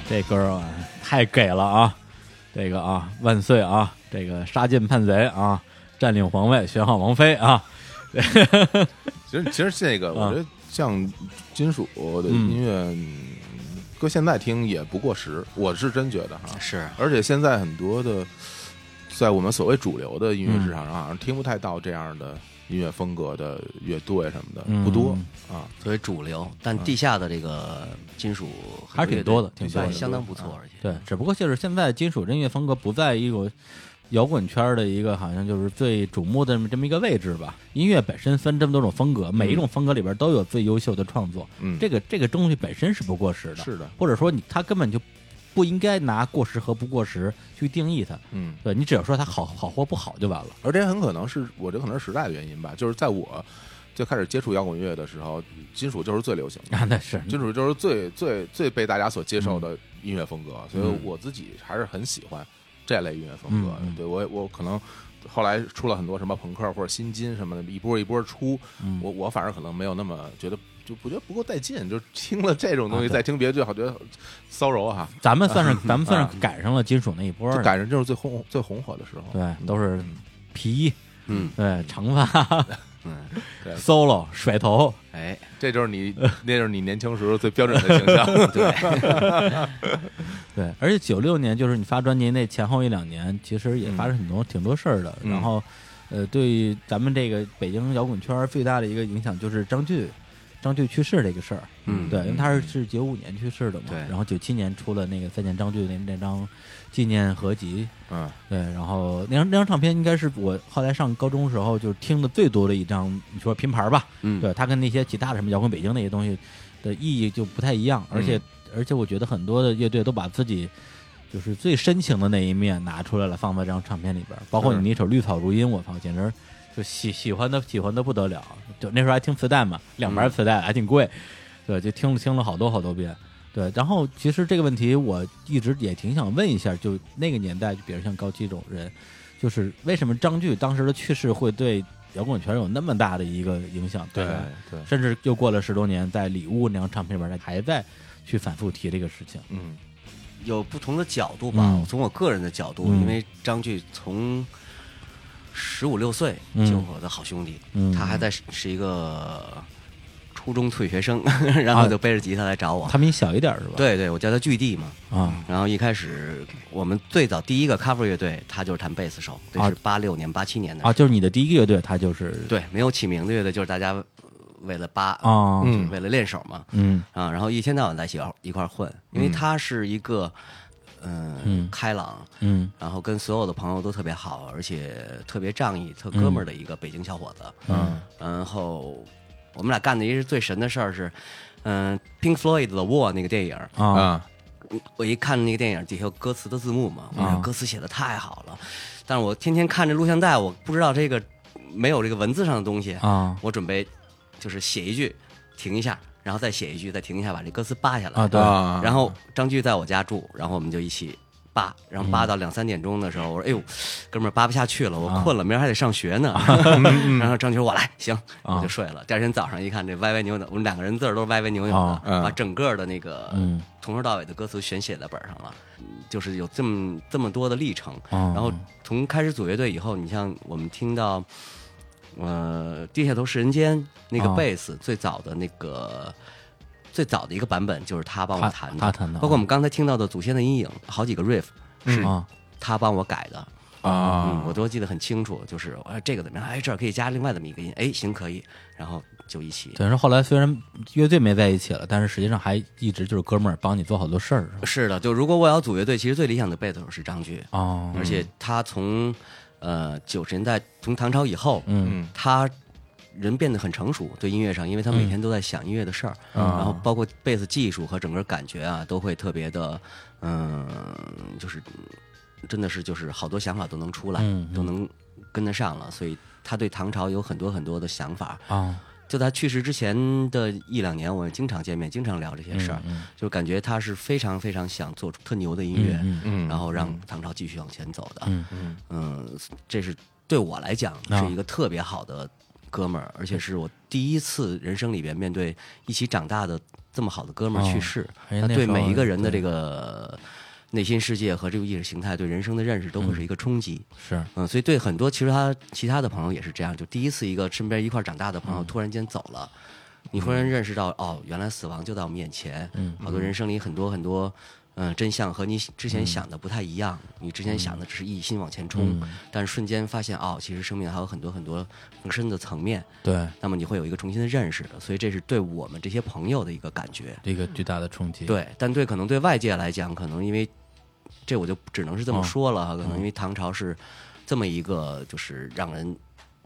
这歌儿啊太给了啊！这个啊，万岁啊！这个杀尽叛贼啊，占领皇位，选好王妃啊！
其实其实这个，我觉得像金属的音乐，嗯搁现在听也不过时，我是真觉得哈。
是
而且现在很多的，在我们所谓主流的音乐市场上，好像听不太到这样的音乐风格的乐队什么的，
嗯
不多啊。
作为主流，但地下的这个金属
还是挺多的挺多的
对，相当不错，而且
对，只不过就是现在金属这音乐风格不在一个摇滚圈儿的一个好像就是最瞩目的这么这么一个位置吧。音乐本身分这么多种风格，每一种风格里边都有最优秀的创作，
嗯，
这个这个东西本身是不过时的，
是的，
或者说你它根本就不应该拿过时和不过时去定义它。
嗯，
对你只要说它好好或不好就完了。
而且很可能是我觉得可能是时代的原因吧，就是在我最开始接触摇滚乐的时候，金属就是最流行的。
啊，那是
金属就是最最最被大家所接
嗯
受的音乐风格，所以我自己还是很喜欢这类音乐风格。
嗯嗯
对我，我可能后来出了很多什么朋克或者新金什么的，一波一波出，
嗯
我我反而可能没有那么觉得。就不觉得不够带劲，就听了这种东
啊
西
对
再听别的，就好觉得骚扰哈，
咱们算 是咱们算是赶上了金属那一波
嗯就
儿，
赶上嗯就是最红最红火的时候。
对，都是皮衣，
嗯，
对，长发
嗯，
solo 甩头，
哎，
这就是你，那就是你年轻时候最标准的形 象。
对，
对，而且九六年就是你发专辑那前后一两年，其实也发生很多、挺多事儿的。
嗯
然后，呃，对于咱们这个北京摇滚圈儿最大的一个影响就是张炬，张炬去世这个事儿。
嗯
对，因为他是是九五年去世的嘛，
对
然后九七年出了那个再见张炬那那张纪念合集，
嗯，
对，然后那张那张唱片应该是我后来上高中时候就是听的最多的一张，你说拼盘儿吧，
嗯，
对，它跟那些其他的什么摇滚北京那些东西的意义就不太一样，而且、而且我觉得很多的乐队都把自己就是最深情的那一面拿出来了，放在这张唱片里边儿，包括你
是
那首《绿草如茵》，我操，简直就喜喜欢的喜欢的不得了。就那时候还听磁带嘛，两盘磁带还挺贵，对，就听了听了好多好多遍。对，然后其实这个问题我一直也挺想问一下，就那个年代，就比如像高七这种人，就是为什么张炬当时的去世会对摇滚圈有那么大的一个影响？
对
吧
对，
甚至又过了十多年，在《礼物》那张唱片里边，还在去反复提这个事情。
嗯
有不同的角度吧。
嗯
从我个人的角度，
嗯
因为张炬从十五六岁
嗯
就我的好兄弟，
嗯
他还在是是一个初中辍学生， 然后就背着吉他来找我。
啊他比你小一点儿是吧？
对对，我叫他巨弟嘛。
啊，
然后一开始我们最早第一个 cover 乐队，他就是弹贝斯手，这
啊
是八六年、八七年的
啊，就是你的第一个乐队，他就是
对，没有起名的乐队，就是大家为了扒，
啊，
嗯
就是为了练手嘛。
嗯
啊，然后一天到晚在一起一块儿混，因为他是一个，嗯，
嗯
开朗，
嗯
然后跟所有的朋友都特别好，而且特别仗义、特哥们儿的一个北京小伙子。
嗯
然后我们俩干的一是最神的事儿是，嗯、p i n k Floyd 的《Wall》那个电影，
啊，
啊，
我一看那个电影底下有歌词的字幕嘛，我
啊
说歌词写的太好了，但是我天天看着录像带，我不知道这个没有这个文字上的东西
啊
我准备就是写一句，停一下，然后再写一句，再停一下，把这歌词扒下来
啊对
啊
然后张炬在我家住，然后我们就一起扒，然后
嗯
扒到两三点钟的时候，我说：“哎呦，哥们儿扒不下去了，
啊
我困了，明儿还得上 学呢。然后张炬说：“我来，行，
嗯啊
我就睡了。第二天早上一看，这歪歪扭扭，我们两个人字儿都是歪歪扭扭
啊
的，
嗯
把整个的那个
嗯
从头到尾的歌词全写在本儿上了，嗯就是有这么这么多的历程。
啊，
然后从开始组乐队以后，你像我们听到，呃，《地下头是人间》那个
啊
贝斯、最早的那个最早的一个版本就是他帮我
他
弹的，
他弹的，
包括我们刚才听到的《祖先的阴影》，好几个 riff 是
啊
他帮我改的。
哦
嗯，
啊
我都记得很清楚，就是哎这个怎么样？哎，这儿可以加另外这么一个音，哎，行可以，然后就一起。
等于说后来虽然乐队没在一起了，但是实际上还一直就是哥们儿帮你做好多事儿，是吧？
是的，就如果我要组乐队，其实最理想的贝斯手是张炬，
哦，
而且他从呃九十年代从唐朝以后，
嗯
嗯
他人变得很成熟，对音乐上，因为他每天都在想音乐的事儿，
嗯
然后包括贝斯技术和整个感觉啊，都会特别的，嗯、就是真的是就是好多想法都能出来，
嗯嗯
都能跟得上了，所以他对唐朝有很多很多的想法。
啊，
就他去世之前的一两年，我们经常见面，经常聊这些事儿，
嗯
就感觉他是非常非常想做出特牛的音乐，
嗯嗯
嗯，
然后让唐朝继续往前走的。
嗯
嗯
嗯，这是对我来讲
啊
是一个特别好的哥们儿，而且是我第一次人生里边面对一起长大的这么好的哥们
哦
儿去世，
哎
他
那时
对
候
每一个人的这个内心世界和这个意识形态对人生的认识都
嗯
会是一个冲击。
是
嗯，所以对很多其实他其他的朋友也是这样，就第一次一个身边一块儿长大的朋
嗯
友突然间走了，你忽然认识到哦，原来死亡就在我们眼前，
嗯
好多人生里很多很多。嗯，真相和你之前想的不太一样。你之前想的只是一心往前冲，
嗯
但是瞬间发现哦，其实生命还有很多很多更深的层面。
对
那么你会有一个重新的认识，所以这是对我们这些朋友的一个感觉。
这个巨大的冲击，
对，但对可能对外界来讲，可能因为这我就只能是这么
哦
说了哈，可能因为唐朝是这么一个就是让人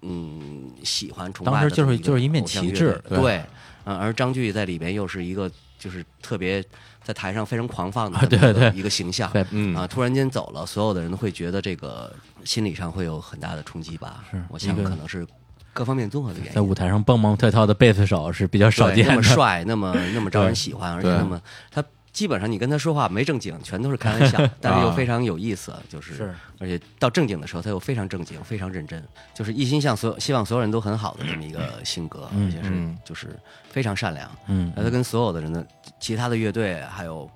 嗯喜欢崇拜
当时
的
就是
这么个
就是一面
偶像
旗
乐
帜
队
对
对，嗯，而张炬在里边又是一个就是特别在台上非常狂放的
啊
这么
对
一个
对
一个形象。
对
嗯
啊！突然间走了，所有的人都会觉得这个心理上会有很大的冲击吧？
是
我
一
想
个
可能是各方面综合的原因。
在舞台上蹦蹦跳跳的贝斯手是比较少
对
见
那
的，
么帅，那么那么招人喜欢，而且
对
那么他基本上你跟他说话没正经，全都是开 玩笑，但是又非常有意思，就是
啊是
而且到正经的时候他又非常正经，非常认真，就是一心向所有希望所有人都很好的这么一个性格，而且是
嗯
就是非常善良。
嗯
那他跟所有的人的其他的乐队还有。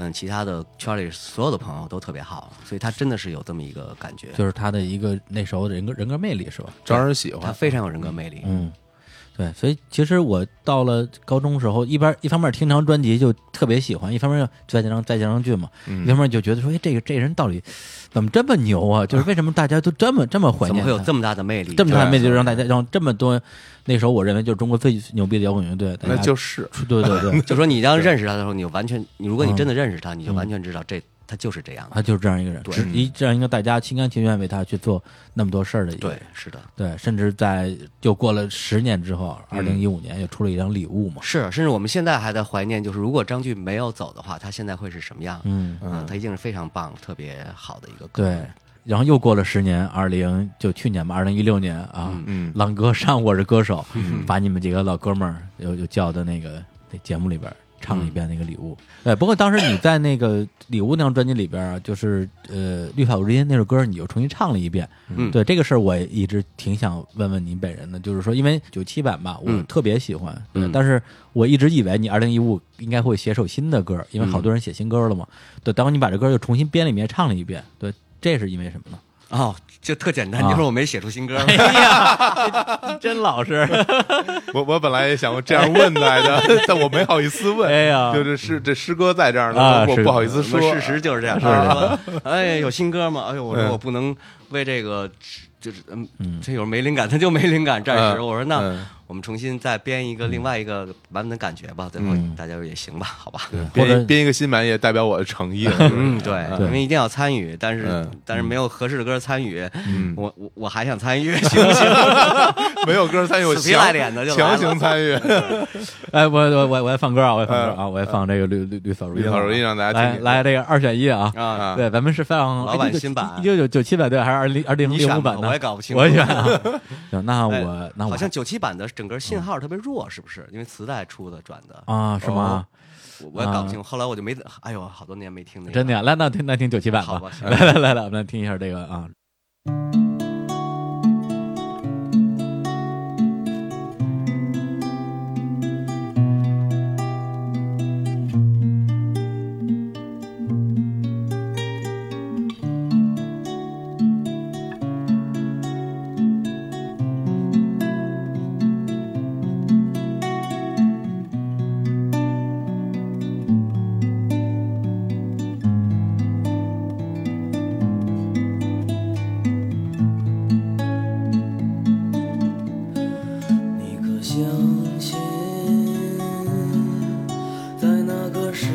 嗯，其他的圈里所有的朋友都特别好，所以他真的是有这么一个感觉，
就是他的一个那时候的人格人格魅力是吧？
招人喜
他
欢，
非常有人格魅力。
嗯，对，所以其实我到了高中时候，一边一方面听这张专辑就特别喜欢，一方面又再加上再加上剧嘛，
嗯
一方面就觉得说，哎，这个这人到底怎么这么牛啊？就是为什么大家都这么这么怀
怎么
念
会有
他
这么大的魅力？
这么
对
大
啊
的魅力，让大家让这么多那时候我认为就是中国最牛逼的摇滚乐队，大
那
家
就是
对对 对，
就说你当认识他的时候，你就完全，你如果你
嗯
真的认识他，你就完全知道这他就是这样的。
他就是这样一个人，
嗯
对
只一这样一个大家心甘情愿为他去做那么多事儿的一个人
对，是的，
对，甚至在又过了十年之后，二
嗯
零一五年又出了一张礼物嘛，
是，甚至我们现在还在怀念，就是如果张炬没有走的话，他现在会是什么样？
嗯，
嗯，他一定是非常棒、特别好的一个歌。
对，然后又过了十年，二零就去年吧，二零一六年啊，
嗯
浪哥上《我是歌手》把你们几个老哥们儿又又叫到那个那节目里边儿唱了一遍那个礼物。对，不过当时你在那个礼物那张专辑里边儿啊，就是呃《绿草如茵》那首歌，你又重新唱了一遍。
嗯
对这个事儿，我也一直挺想问问您本人的，就是说，因为九七版吧，我
嗯
特别喜欢，对
嗯
但是我一直以为你二零一五应该会写首新的歌，因为
嗯
好多人写新歌了嘛。对，当你把这歌又重新编了一遍，唱了一遍，对，这是因为什么呢？
哦，就特简单，
啊
你说我没写出新歌吗，
真老实，
我我本来也想过这样问来的， 但我没好意思问。
哎呀
就这诗这诗歌在这儿
啊
呢，我
是
不好意思说。
事实就是这样。说哎，有新歌吗？哎呦，我说我不能为这个，就是嗯，这有时候没灵感，他就没灵感。暂时
嗯
我说那
嗯
我们重新再编一个另外一个版本的感觉吧，最后大家也行吧，好吧。
或者
编一编一个新版也代表我的诚意了。
嗯， 对，
对
因为一定要参与，但是、
嗯
但是没有合适的歌参与，
嗯
我我我还想参与， 行不行？
没有歌参与，我
死皮
强
赖脸的就来
强
了
行 参与。
哎，我我我我要放歌啊，我要放歌啊，
嗯
我要放这个绿绿绿草如茵啊，
绿草如茵让大家
来
听听
来这个二选一啊。
啊，
对，咱们是放哎
老版新版
一九九九七版对，还是二零二零
你
零
选
五
吧
版，呢？
我也搞不清楚。
我选啊。 行， 那我
哎
那我
好像九七版的整个信号特别弱，是不是？因为磁带出的转的，
啊是吗？
我我也搞不清。楚。后来我就没，哎呦，好多年没听那个。
啊真的呀，来那听那听九七版
好
吧
吧。行
来来来来，我们来听一下这个啊。
你可相信，在那个时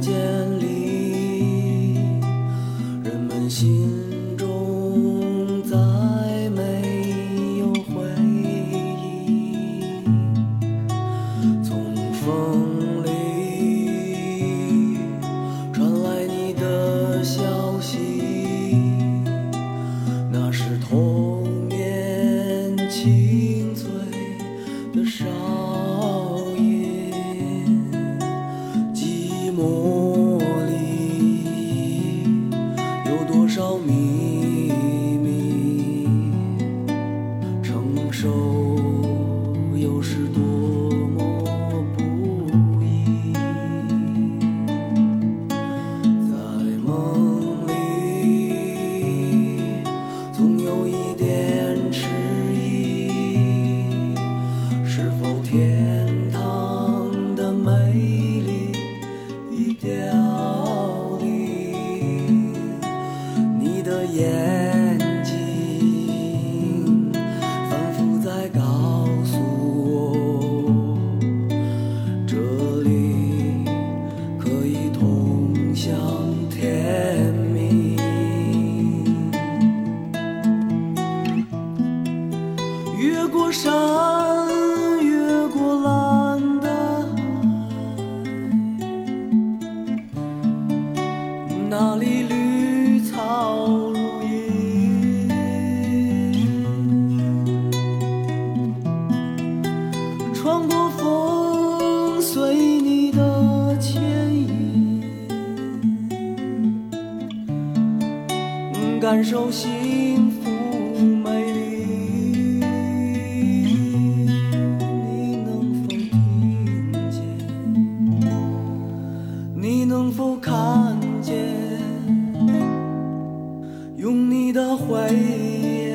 间里，人们心中再没有回忆，从风里传来你的消息。那是童年清脆的哨音，寂寞里有多少秘密承受眼睛，反复在告诉我，这里可以通向天明。越过山，越过蓝的海，那里绿草如茵。穿过风随你的牵引，感受幸福美丽。你能否听见？你能否看见？用你的慧眼。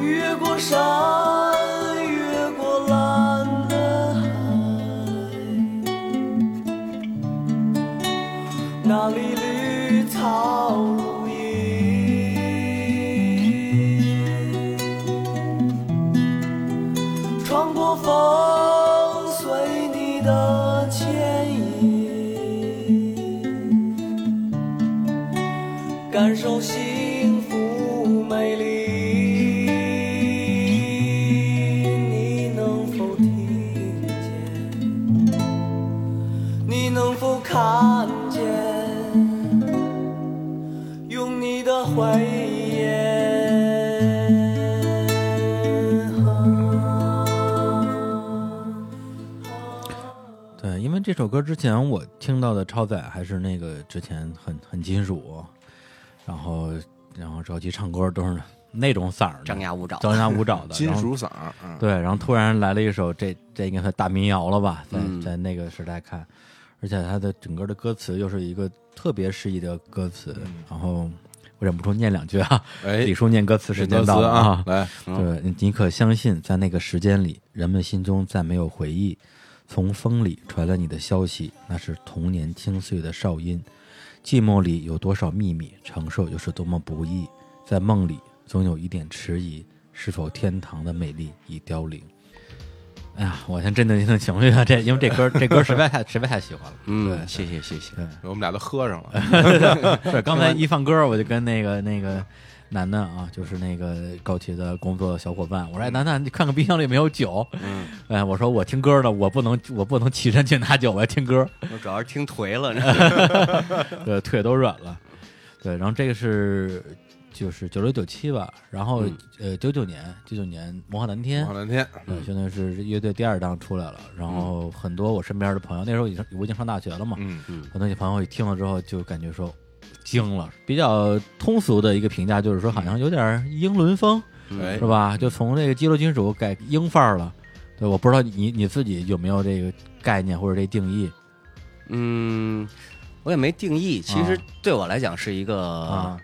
越过山，越过蓝的海，那里绿草如茵。穿过风随你的牵引。感受幸福美丽。你能否听见？你能否看见？用你的慧眼。
对，因为这首歌之前我听到的超载还是那个之前很很金属，然后然后着急唱歌都是那种嗓儿的，
张牙舞爪
张牙舞爪的
金。
然后
属嗓儿，嗯，
对，然后突然来了一首这这应该算大民谣了吧，在、
嗯
在那个时代看，而且它的整个的歌词又是一个特别诗意的歌词，然后我忍不住念两句啊，
嗯哎
李叔念歌词时
歌
间
词
到了
啊，来，
嗯
对，你可相信，在那个时间里，人们心中再没有回忆。从风里传来你的消息，那是童年清脆的哨音。寂寞里有多少秘密，承受又是多么不易。在梦里，总有一点迟疑，是否天堂的美丽已凋零？哎呀，我先镇定一下情绪啊！这因为这歌，这歌实在太实在太喜欢了。
嗯，谢谢谢谢，
我们俩都喝上了，
对，刚才一放歌，我就跟那个那个楠楠啊，就是那个高奇的工作小伙伴，我说：“哎，楠楠，你看看冰箱里有没有酒。”嗯，哎，我说我听歌呢，我不能我不能起身去拿酒，我要听歌，
我主要是听 颓了，
对，腿都软了。对，然后这个是就是九六九七吧，然后、呃九九年九九年魔幻蓝天
好。两天，
对，相当于是乐队第二张出来了，然后很多我身边的朋友，那时候已经我已经上大学了嘛，
嗯
很多朋友一听了之后就感觉说惊了。比较通俗的一个评价就是说，好像有点英伦风，
哎
是，吧？就从这个肌肉金属改英范儿了。对，我不知道你你自己有没有这个概念或者这定义
嗯，我也没定义，其实
啊
对我来讲是一个
啊，？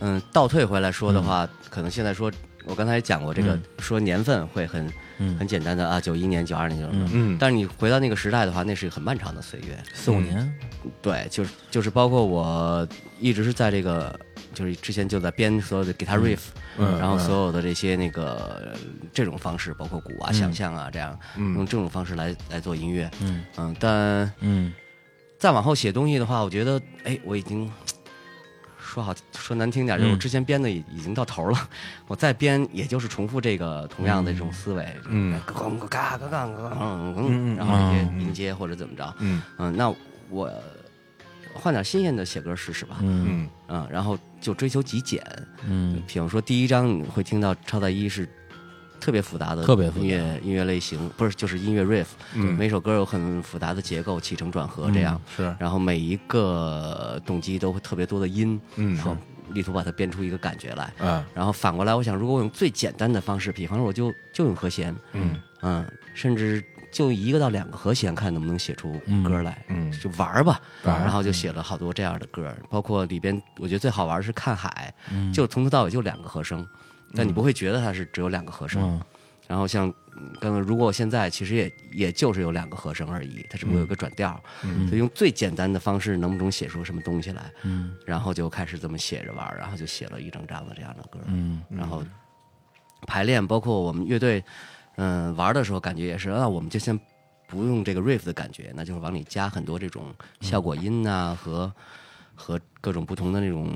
嗯，倒退回来说的话，可能现在说，我刚才也讲过这个、
嗯
说年份会很
嗯
很，简单的啊，九一年、九二年、九
嗯
嗯，
但是你回到那个时代的话，那是很漫长的岁月。
四五年，
对，就是就是包括我一直是在这个，就是之前就在编所有的 guitar riff，、
嗯
然后
嗯
所有的这些那个这种方式，包括鼓
嗯
啊、想象啊这样，用这种方式来来做音乐。
嗯
嗯，但
嗯
再往后写东西的话，我觉得，哎，我已经说好说难听点，就是我
嗯
之前编的已已经到头了， 我再编也就是重复这个同样的这种思维，
嗯
咣咣嘎嘎嘎嘎，
嗯
嗯，然后这些音阶或者怎么着，
嗯
嗯，那我换点新鲜的写歌试试吧，
嗯
嗯
嗯，然后就追求极简，
嗯
比方说第一章你会听到超大一是特别复杂的
特别复杂
音乐音乐类型，不是就是音乐 riff，、
嗯
每首歌有很复杂的结构、起承转合这
嗯
样，
是
然后每一个动机都会特别多的音，
嗯
然后力图把它变出一个感觉来。
啊，
然后反过来，我想，如果我用最简单的方式，比方说我就就用和弦，
嗯
嗯，甚至就一个到两个和弦，看能不能写出歌来，
嗯
就玩儿吧。
玩儿
然后就写了好多这样的歌，包括里边我觉得最好玩儿是看海，
嗯
就从头到尾就两个和声，但你不会觉得它是只有两个和声。
嗯
然后像嗯刚刚，如果我现在其实也也就是有两个和声而已，它只
嗯
不过有个转调，所以用最简单的方式能不能写出什么东西来？
嗯
然后就开始这么写着玩儿，然后就写了一整张的这样的歌。
嗯
然后排练，包括我们乐队，嗯、玩的时候感觉也是，那我们就先不用这个 riff 的感觉，那就是往里加很多这种效果
嗯
音呐、和和各种不同的那种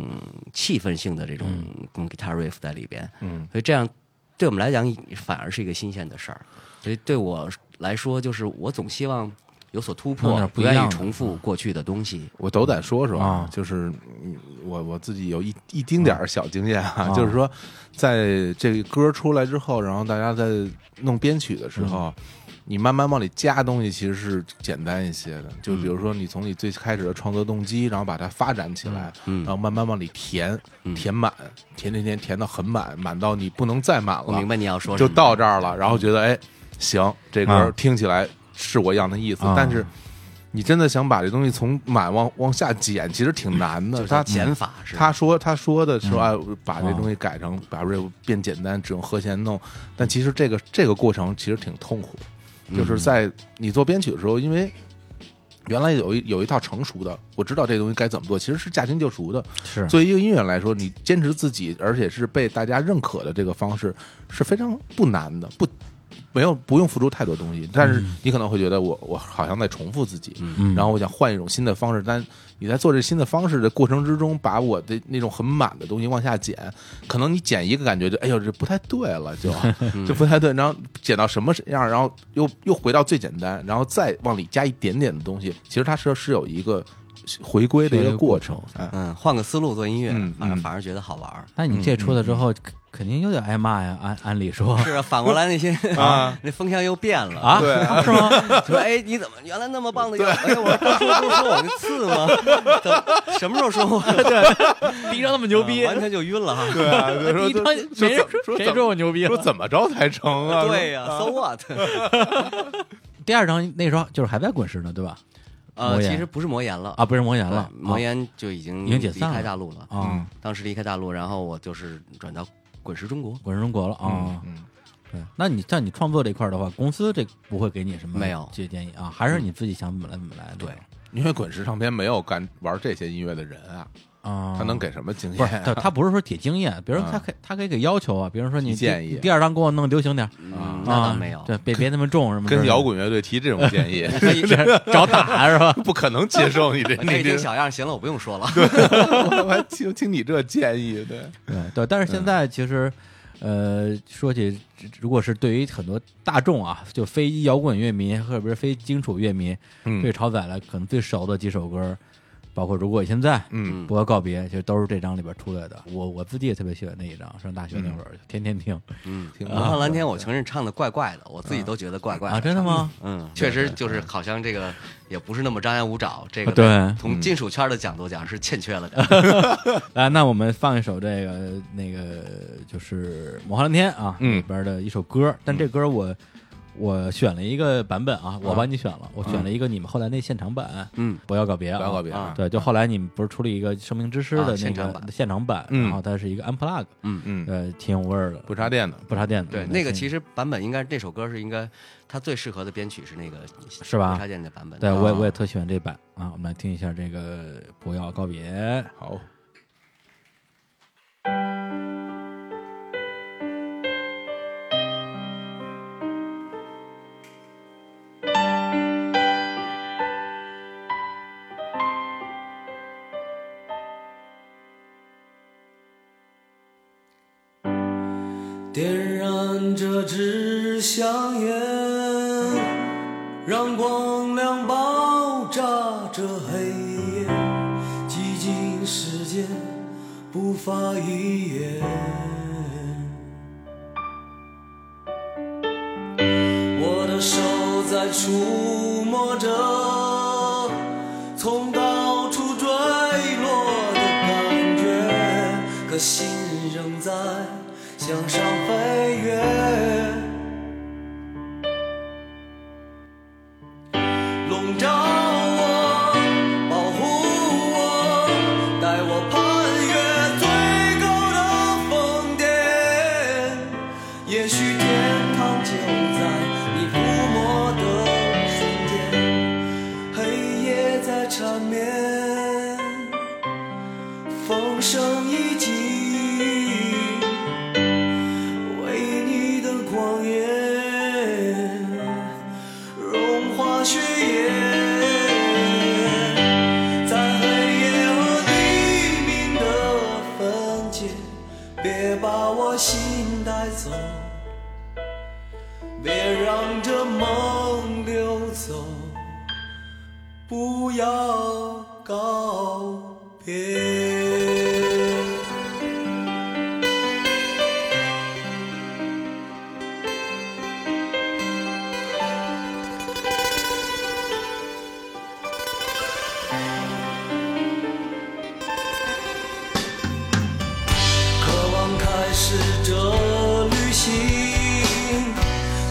气氛性的这种嗯 guitar riff 在里边，
嗯，
所以这样对我们来讲反而是一个新鲜的事儿，所以对我来说，就是我总希望有所突
弄
破
点，不
不
一样
愿意
的嗯
重复过去的东西，
我斗胆说说
啊
就是嗯我我自己有一一丁点儿小经验啊，
啊
就是说，在这个歌出来之后，然后大家在弄编曲的
嗯
时候。你慢慢往里加东西，其实是简单一些的。就比如
嗯
说，你从你最开始的创作动机，然后把它发展起来，
嗯
然后慢慢往里填，
嗯
填满，填填填填到很满，满到你不能再满了。
我明白你要说什
就
么，
到这儿了，然后觉得哎，行，这歌
啊
听起来是我要的意思，
啊
但是你真的想把这东西从满往往下减，其实挺难的。他
减法是
他说他说的说啊，把这
啊
东西改成把 riff 变简单，只用和弦弄，但其实这个这个过程其实挺痛苦，就是
嗯
在你做编曲的时候，因为。原来有一有一套成熟的，我知道这东西该怎么做，其实是驾轻就熟的。
是
作为一个音乐人来说，你坚持自己，而且是被大家认可的这个方式是非常不难的，不没有不用付出太多东西。但是你可能会觉得我我好像在重复自己，
嗯
然后我想换一种新的方式，但你在做这新的方式的过程之中，把我的那种很满的东西往下减，可能你减一个感觉就哎呦这不太对了， 就就不太对，然后减到什么样，然后又又回到最简单，然后再往里加一点点的东西，其实它是是有一个回归的一个过程，哎。
嗯，换个思路做音乐，
嗯
反而
嗯
反而觉得好玩儿。
那你这出来之后，肯肯定又得挨骂呀。按按理说
是啊，反过来那些啊， 那风向又变了
啊，
对
是吗？
说哎，你怎么原来那么棒的乐队？哎，我当初不是说我个次吗？怎么什么时候说我
第一张那么牛 逼，
完全就晕了哈？
对啊，就
第
啊说
一张没人说谁说我牛逼
说
了？
怎么着才成啊？
对呀，so what？
第二张那时候就是还在滚石呢，对吧？
呃，
魔岩
其实不是魔岩了
啊，，不是魔岩
对
了，
魔岩就已经
已经解散
离开
了
大陆了。
嗯
啊，
当时离开大陆，然后我就是转到滚石中国，
滚石中国了啊。
嗯，
对，那你像你创作这块儿的话，公司这不会给你什么
没有
这些建议啊，还是你自己想怎么来怎么
嗯
来。
对，
因为滚石唱片没有干玩这些音乐的人啊，
啊，
他能给什么经
不是
验
他他不是说铁经 验，比如说
嗯
他可以他可以给要求啊，比如说你
提建议
第第二张给我弄流行点儿
嗯，那
啊
倒，没有。
对，别别那么重什么之类
跟
的
摇滚乐队提这种建 议，
可以
找
啊
打是吧？
不可能接受 你这
可
你
以
这
听，小样，行了，我不用说了。
我 还听听你这建议，对，
对嗯对，但是现在其实，呃，说起如果是对于很多大众啊，就非摇滚乐迷或者是非金属乐迷，对
嗯
超载了可能最熟的几首歌，包括《如果现在》。
嗯，
不要告别，其实都是这张里边出来的。我我自己也特别喜欢那一张，上大学那会儿天天听
嗯，
挺
魔幻蓝天，我承认唱的怪怪的，我自己都觉得怪怪
啊，真的吗？
嗯，确实就是好像这个也不是那么张牙舞爪，这个
啊对
在从金属圈的角度讲是欠缺 了点。
来，那我们放一首这个那个就是《魔幻蓝天》啊，
嗯
里边的一首歌，但这歌我我选了一个版本啊，我帮你选了，我选了一个你们后来那现场版，
嗯，
不要告别，
不要告别，
啊
对，就后来你们不是出了一个《生命之诗》的
啊
那
现场
个
版
现场版，
嗯
然后它是一个 unplug，
嗯，
呃，挺有味儿的，
不插电的，
不插电的，
对，那个其
实
实版本应该那首歌是应该它最适合的编曲是那个
是吧
无插电的版本。
对
啊
我也我也特喜欢这版啊，我们来听一下这个《不要告别》。
好，
点燃这支香烟，让光亮爆炸这黑夜，寂静世界不发一言。手在触摸着从高处坠落的感觉，可心仍在向上飞跃。笼罩我，保护我，带我攀越最高的峰巅。也许天堂就在你抚摸的瞬间，黑夜在缠绵，风声已起，为你的狂野融化血液，在黑夜和黎明的分界，别把我心带走，别让这梦溜走，不要告别。渴望开始这旅行，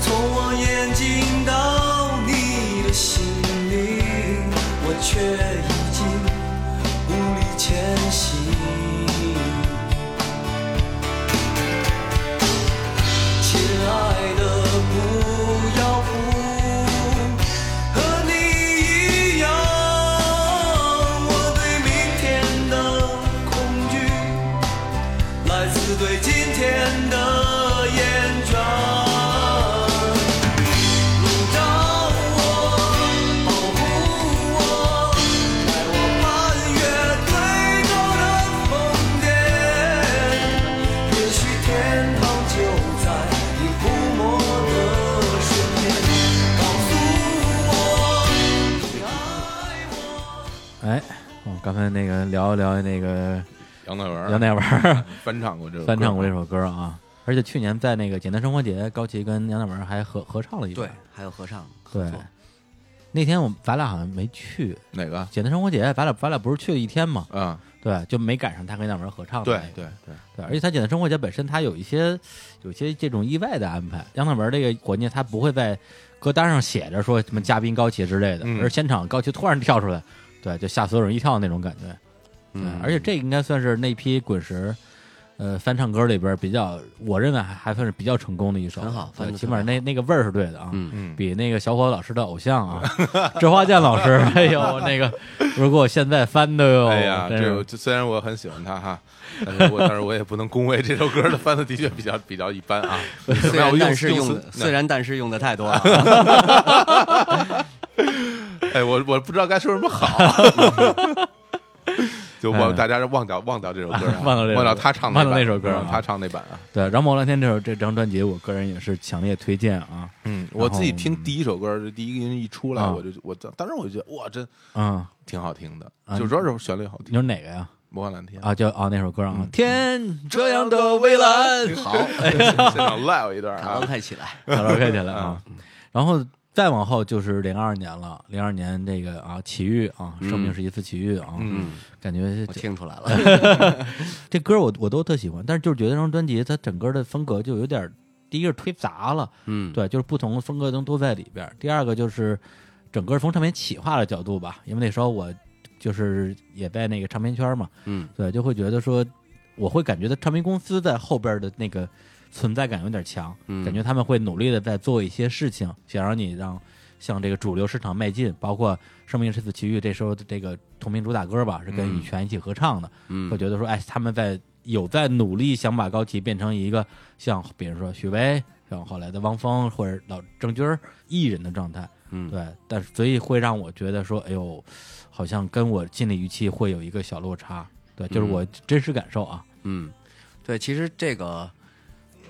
从我眼睛到你的心灵，我却已经无力前行。亲爱的，不要哭，和你一样，我对明天的恐惧。来自对今天的厌倦。笼罩我，保护我，带我攀越最高的峰巅。也许天堂就在你抚摸的瞬间。告诉我，你爱我。
哎，我刚才那个聊一聊那个
杨乃文，
杨乃文儿
翻唱过这个，
翻唱过这，首歌啊，而且去年在那个简单生活节，高旗跟杨乃文儿还合合唱了一首。
对，还有合唱合
对
作，，
那天我们咱俩好像没去
哪个？
简单生活节，咱俩咱俩不是去了一天嘛？
啊，
对，就没赶上他跟杨乃文儿合唱的
对
那个。
对对，
对，而且他简单生活节本身它有一些有一些这种意外的安排。杨乃文这个活念，他不会在歌单上写着说什么嘉宾高旗之类的，
嗯
而是现场高旗突然跳出来，对，就吓所有人一跳那种感觉。
嗯
对，而且这应该算是那批滚石。呃，翻唱歌里边比较，我认为还还算是比较成功的一首，
很好翻
对
得
起
特别
码那那个味儿是对的啊，
嗯
嗯
比那个小伙老师的偶像啊， 周华健老师，哎呦，那个如果现在翻的哟，
哎呀，
真
这
哦是
个虽然我很喜欢他哈，但是我但是我也不能恭维这首歌的翻的的确比较比较一般 啊。
虽
没有
然
用
但是
用
用
词
的
那
虽然但是用的太多了，
哎，我我不知道该说什 么好，就
哎
忘大家忘掉忘掉这首歌啊，
忘掉这首
忘掉他唱的
忘掉那首歌啊
嗯他唱那版啊。
对，然后毛蓝天这首这张专辑，我个人也是强烈推荐啊，
嗯，我自己
然后
听第一首歌，这第一个音一出来，
哦啊
我就我当当时我就觉得哇，真
嗯，
挺好听的，
啊
就主要是旋律好
你
听，《
说哪个呀？
魔幻蓝天》
啊，就啊那首歌啊，
嗯
天这
这
样的蔚蓝，
好，现场 live 一段
卡拉
啊，
OK 哎起来，
卡拉 OK 起来啊，然后再往后就是零二年了，零二年这个啊奇遇啊，生命是一次奇遇啊，
嗯，
感觉这
我听出 来了，
这歌我我都特喜欢，但是就是觉得这张专辑它整个的风格就有点儿，第一个是忒杂了，
嗯，
对，就是不同的风格都都在里边儿。第二个就是整个从唱片企划的角度吧，因为那时候我就是也在那个唱片圈儿嘛，
嗯，
对，就会觉得说，我会感觉到唱片公司在后边儿的那个存在感有点强，
嗯
感觉他们会努力的在做一些事情，想让你让向这个主流市场迈进，包括《生命是次奇遇》这时候的这个同名主打歌吧，是跟羽泉一起合唱的，
嗯
会觉得说，哎，他们在有在努力想把高旗变成一个像，比如说许巍，像后来的汪峰或者老郑钧儿艺人的状态，
嗯
对，但是所以会让我觉得说，哎呦，好像跟我心里预期会有一个小落差，对，就是我真实感受啊，
嗯，对，其实这个，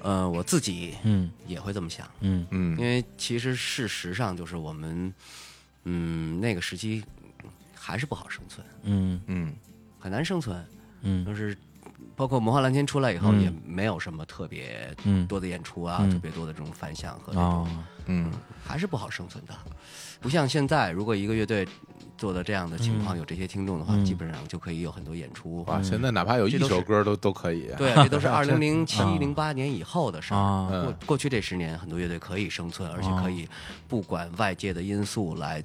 呃，我自己
嗯
也会这么想，
嗯
嗯
因为其实事实上就是我们，嗯，那个时期还是不好生存，
嗯
嗯
很难生存，
嗯
就是包括魔幻蓝天出来以后，
嗯
也没有什么特别
嗯
多的演出啊，
嗯
特别多的这种反响和这种
哦，
嗯
还是不好生存的，不像现在，如果一个乐队做的这样的情
嗯
况，有这些听众的话，基本上就可以有很多演出。
哇，现在哪怕有一
这都是
首歌都都可以，
对，啊这都 是二零零七、零八年以后的事
啊
儿。
嗯
过过去这十年，很多乐队可以生存，而且
哦
可以不管外界的因素来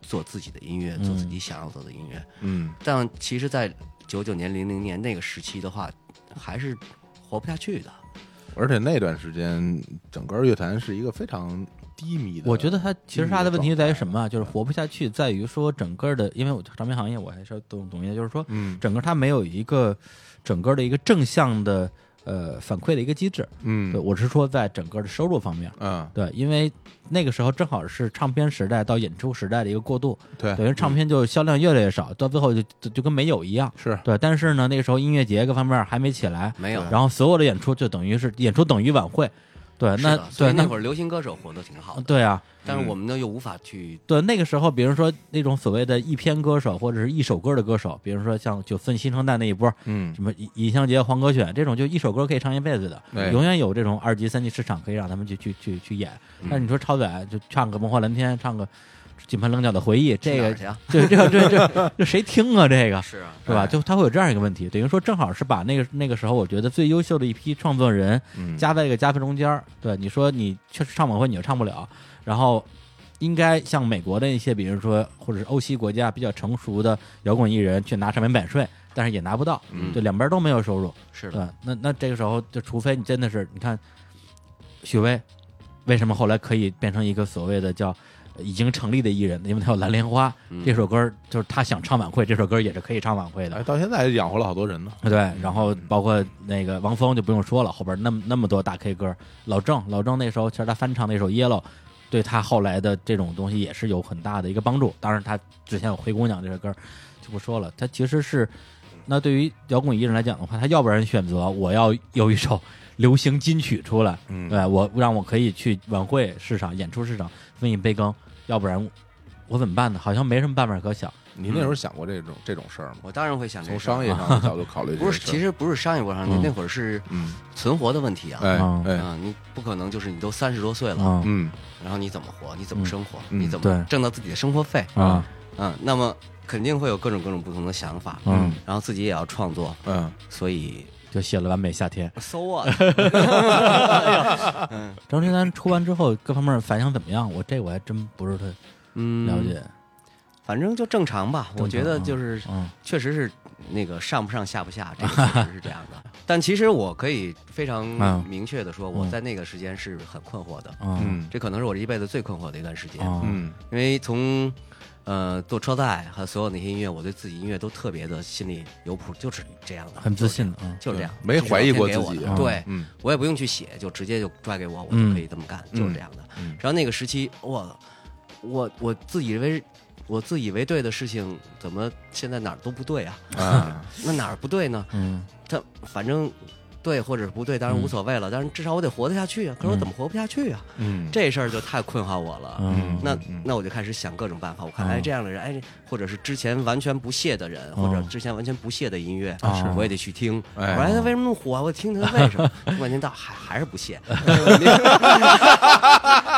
做自己的音乐，做自己想要做的音乐。
嗯
但其实，在九九年、零零年那个时期的话，还是活不下去的。
而且那段时间整个乐坛是一个非常低迷的，
我觉得他其实他的问题在于什么啊？就是活不下去，在于说整个的，因为我唱片行业我还是懂懂一些，就是说，
嗯
整个它没有一个整个的一个正向的呃反馈的一个机制。
嗯
对，我是说在整个的收入方面。
嗯
对，因为那个时候正好是唱片时代到演出时代的一个过渡，
对
等于唱片就销量越来越少，到最后就就就跟没有一样。
是
对，但是呢，那个时候音乐节各方面还没起来，
没有
然后所有的演出就等于是演出等于晚会，对，
呃
是
那
的所
对
以那
那
会儿流行歌手活得挺好
嗯
的，
对啊，
但是我们呢又无法去
对，那个时候，比如说那种所谓的一篇歌手或者是一首歌的歌手，比如说像九寸新生代那一波，
嗯
什么尹尹相杰、黄格选这种，就一首歌可以唱一辈子的，
对
永远有这种二级、三级市场可以让他们去去去去演。
嗯
但是你说超载就唱个《梦幻蓝天》，唱个《锦盘棱角的回忆》，这
去哪儿
个
去啊？
这这这 这这谁听啊？这个
是啊，
是
哎
吧？就他会有这样一个问题，等于说正好是把那个那个时候我觉得最优秀的一批创作人
嗯
夹在这个夹缝中间儿。对，你说你确实唱晚会你就唱不了，然后应该像美国的一些，比如说或者是欧西国家比较成熟的摇滚艺人去拿唱片版税，但是也拿不到，
嗯
对，两边都没有收入。
是的，
对，那那这个时候就除非你真的是，你看许巍为什么后来可以变成一个所谓的叫呃已经成立的艺人，因为他有《蓝莲花》
嗯
嗯
这首歌儿，就是他想唱晚会，这首歌儿也是可以唱晚会的
哎，。到现在养活了好多人呢，
啊对，然后包括那个王峰就不用说了，后边那么那么多大 K 歌，老郑，老郑那时候其实他翻唱那首《Yellow》，对他后来的这种东西也是有很大的一个帮助。当然，他之前有《灰姑娘》这首歌就不说了，他其实是那对于摇滚艺人来讲的话，他要不然选择我要有一首流行金曲出来，
嗯
对我让我可以去晚会市场、演出市场分一杯羹，要不然我我怎么办呢？好像没什么办法可想。
你那时候想过这种这种事儿吗？
我当然会想这
从
事儿啊
商业上的角度考虑这
不
个
是，
事儿，
其实不是商业过程，
嗯
那会儿是
嗯，
存活的问题啊。
哎
嗯
哎，
啊，你不可能就是你都三十多岁了，
嗯
嗯
然后你怎么活？你怎么生活？
嗯
你怎
对
么挣到自己的生活费？
啊
嗯，那么肯定会有各种各种不同的想法，
嗯，
然后自己也要创作，
嗯，
所以
就写了《完美夏天》。
so what？
张清单出完之后，各方面反响怎么样？我这我还真不是特
嗯，
了，解。
反正就正常吧。我觉得
嗯
就是
嗯
确实是那个上不上下不下，这个确实是这样的。但其实我可以非常
嗯
明确的说，我
嗯
在那个时间是很困惑的，
嗯
嗯
这可能是我这一辈子最困惑的一段时间。
嗯
嗯
因为从呃做车载和所有那些音乐，我对自己音乐都特别的心里有谱，就是这样的，
很自信的啊。
就是这样，
嗯没
就是
怀疑过
老天给我
自己
的
啊
对，
嗯
我也不用去写，就直接就拽给我，我
嗯
就可以这么干，就是这样的。然后那个时期，我我我自以为我自以为对的事情，怎么现在哪儿都不对啊？
啊，
那哪儿不对呢？
嗯
他反正对或者是不对，当然无所谓
嗯
了，但是至少我得活得下去啊。可是我怎么活不下去啊？
嗯，
这事儿就太困惑我了。
嗯
那那我就开始想各种办法，我看哎这样的人，哎或者是之前完全不屑的人，或者之前完全不屑的音乐
啊是，
我也得去听。我
哎
说哎他为什么那么火啊？我哎听听他为什么？听半天到 还还是不屑，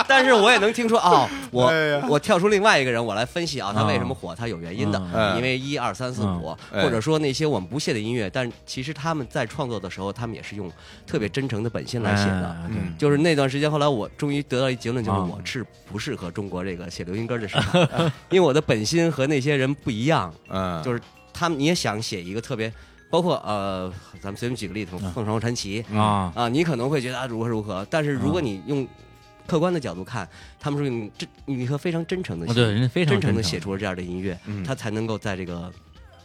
但是我也能听出哦，我
哎呀
我跳出另外一个人，我来分析啊，他为什么火？他有原因
嗯
的，因为一二三四五，
嗯
或者说那些我们不屑的音乐，但其实他们在创作的时候，他们也是用特别真诚的本心来写的。
哎
嗯
就是那段时间，后来我终于得到一结论，就是
啊
我是不适合中国这个写流行歌的市场，因为我的本心和那些人不一样，
啊
嗯，
就是他们你也想写一个特别，包括呃，咱们随便举个例子，凤凰传奇
啊
啊，你可能会觉得啊如何如何，但是如果你用客观的角度看，他们是用真，你和非常真诚的
啊，对，人家非常嗯
真诚的
的
嗯写出了这样的音乐，他才能够在这个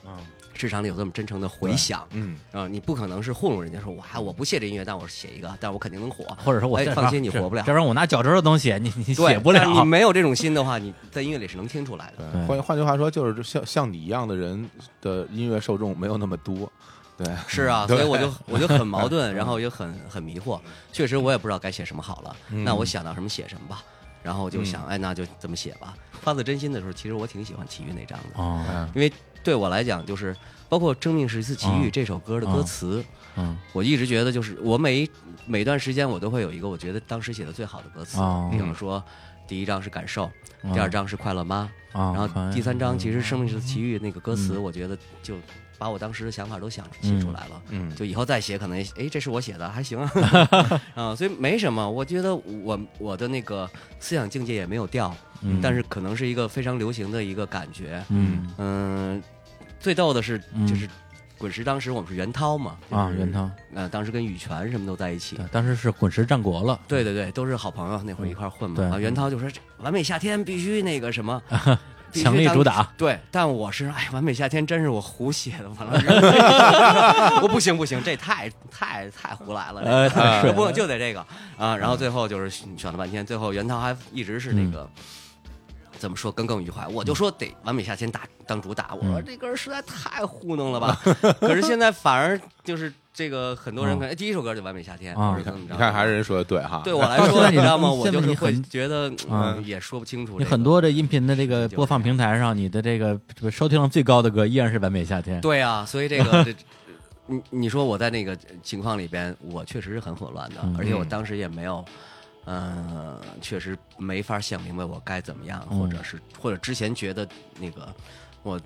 啊
市场里有这么真诚的回响。
嗯
啊，你不可能是糊弄人家说，我还我不屑这音乐，但我写一个，但我肯定能火。
或者说我
哎
这
放心
这
你活不了
这玩意儿我拿脚趾头能写，你你
对
写不
但是
了
你。没有这种心的话，你在音乐里是能听出来的。
换换句话说，就是像像你一样的人的音乐受众没有那么多， 对，
是
嗯
啊，
对
所以我就我就很
嗯
矛盾，然后也很很迷惑。确实，我也不知道该写什么好了。那我想到什么写什么吧。然后我就想，哎，那就这么写吧。发自真心的时候，其实我挺喜欢奇遇那张的，
哦，
嗯
因为对我来讲，就是包括《生命是一次奇遇
嗯》
这首歌的歌词，
嗯，
我一直觉得就是我每每段时间我都会有一个我觉得当时写的最好的歌词
哦，嗯
比方说第一章是感受，嗯第二章是快乐妈，
啊，
然后第三章其
实
实《生命是奇遇》那个歌词，
嗯
我觉得就把我当时的想法都想写出来了。
嗯
就以后再写，可能哎，这是我写的，还行啊，啊所以没什么。我觉得我我的那个思想境界也没有掉，
嗯
但是可能是一个非常流行的一个感觉。
嗯
嗯，最逗的是
嗯
就是滚石当时我们是袁涛嘛，就是
啊，袁，涛，
呃，当时跟羽泉什么都在一起
对，，当时是滚石战国了，
对对对，都是好朋友，那会儿一块儿混嘛。
嗯对
啊，袁涛就说这完美夏天必须那个什 么，必须
强力
当
主打。
对，但我是哎，完美夏天真是我胡写的，完了，我不行不行，这太太太胡来了，
呃
这个
太水
不
了
就得这个啊。然后最后就是选了半天，最后袁涛还一直是那个。
嗯
怎么说耿耿于怀？我就说得完美夏天打当主打，我说
嗯
这歌实在太糊弄 了吧。可是现在反而就是这个很多人可能、哎第一首歌就完美夏天，
嗯啊
或者
你
怎么
看，你
着
看，还是人说的对哈，
对我来 说，你知道吗？我就
现在
是
你
会
很
觉得
啊
嗯也说不清楚这
你
个。
很多的音频的这个播放平台上，你的这个这个收听量最高的歌依然是《完美夏天》。
对啊，所以这 个这，你你说我在那个情况里边，我确实是很混乱的，
嗯
而且我当时也没有，嗯、确实没法想明白我该怎么样，
嗯
或者是或者之前觉得那个我。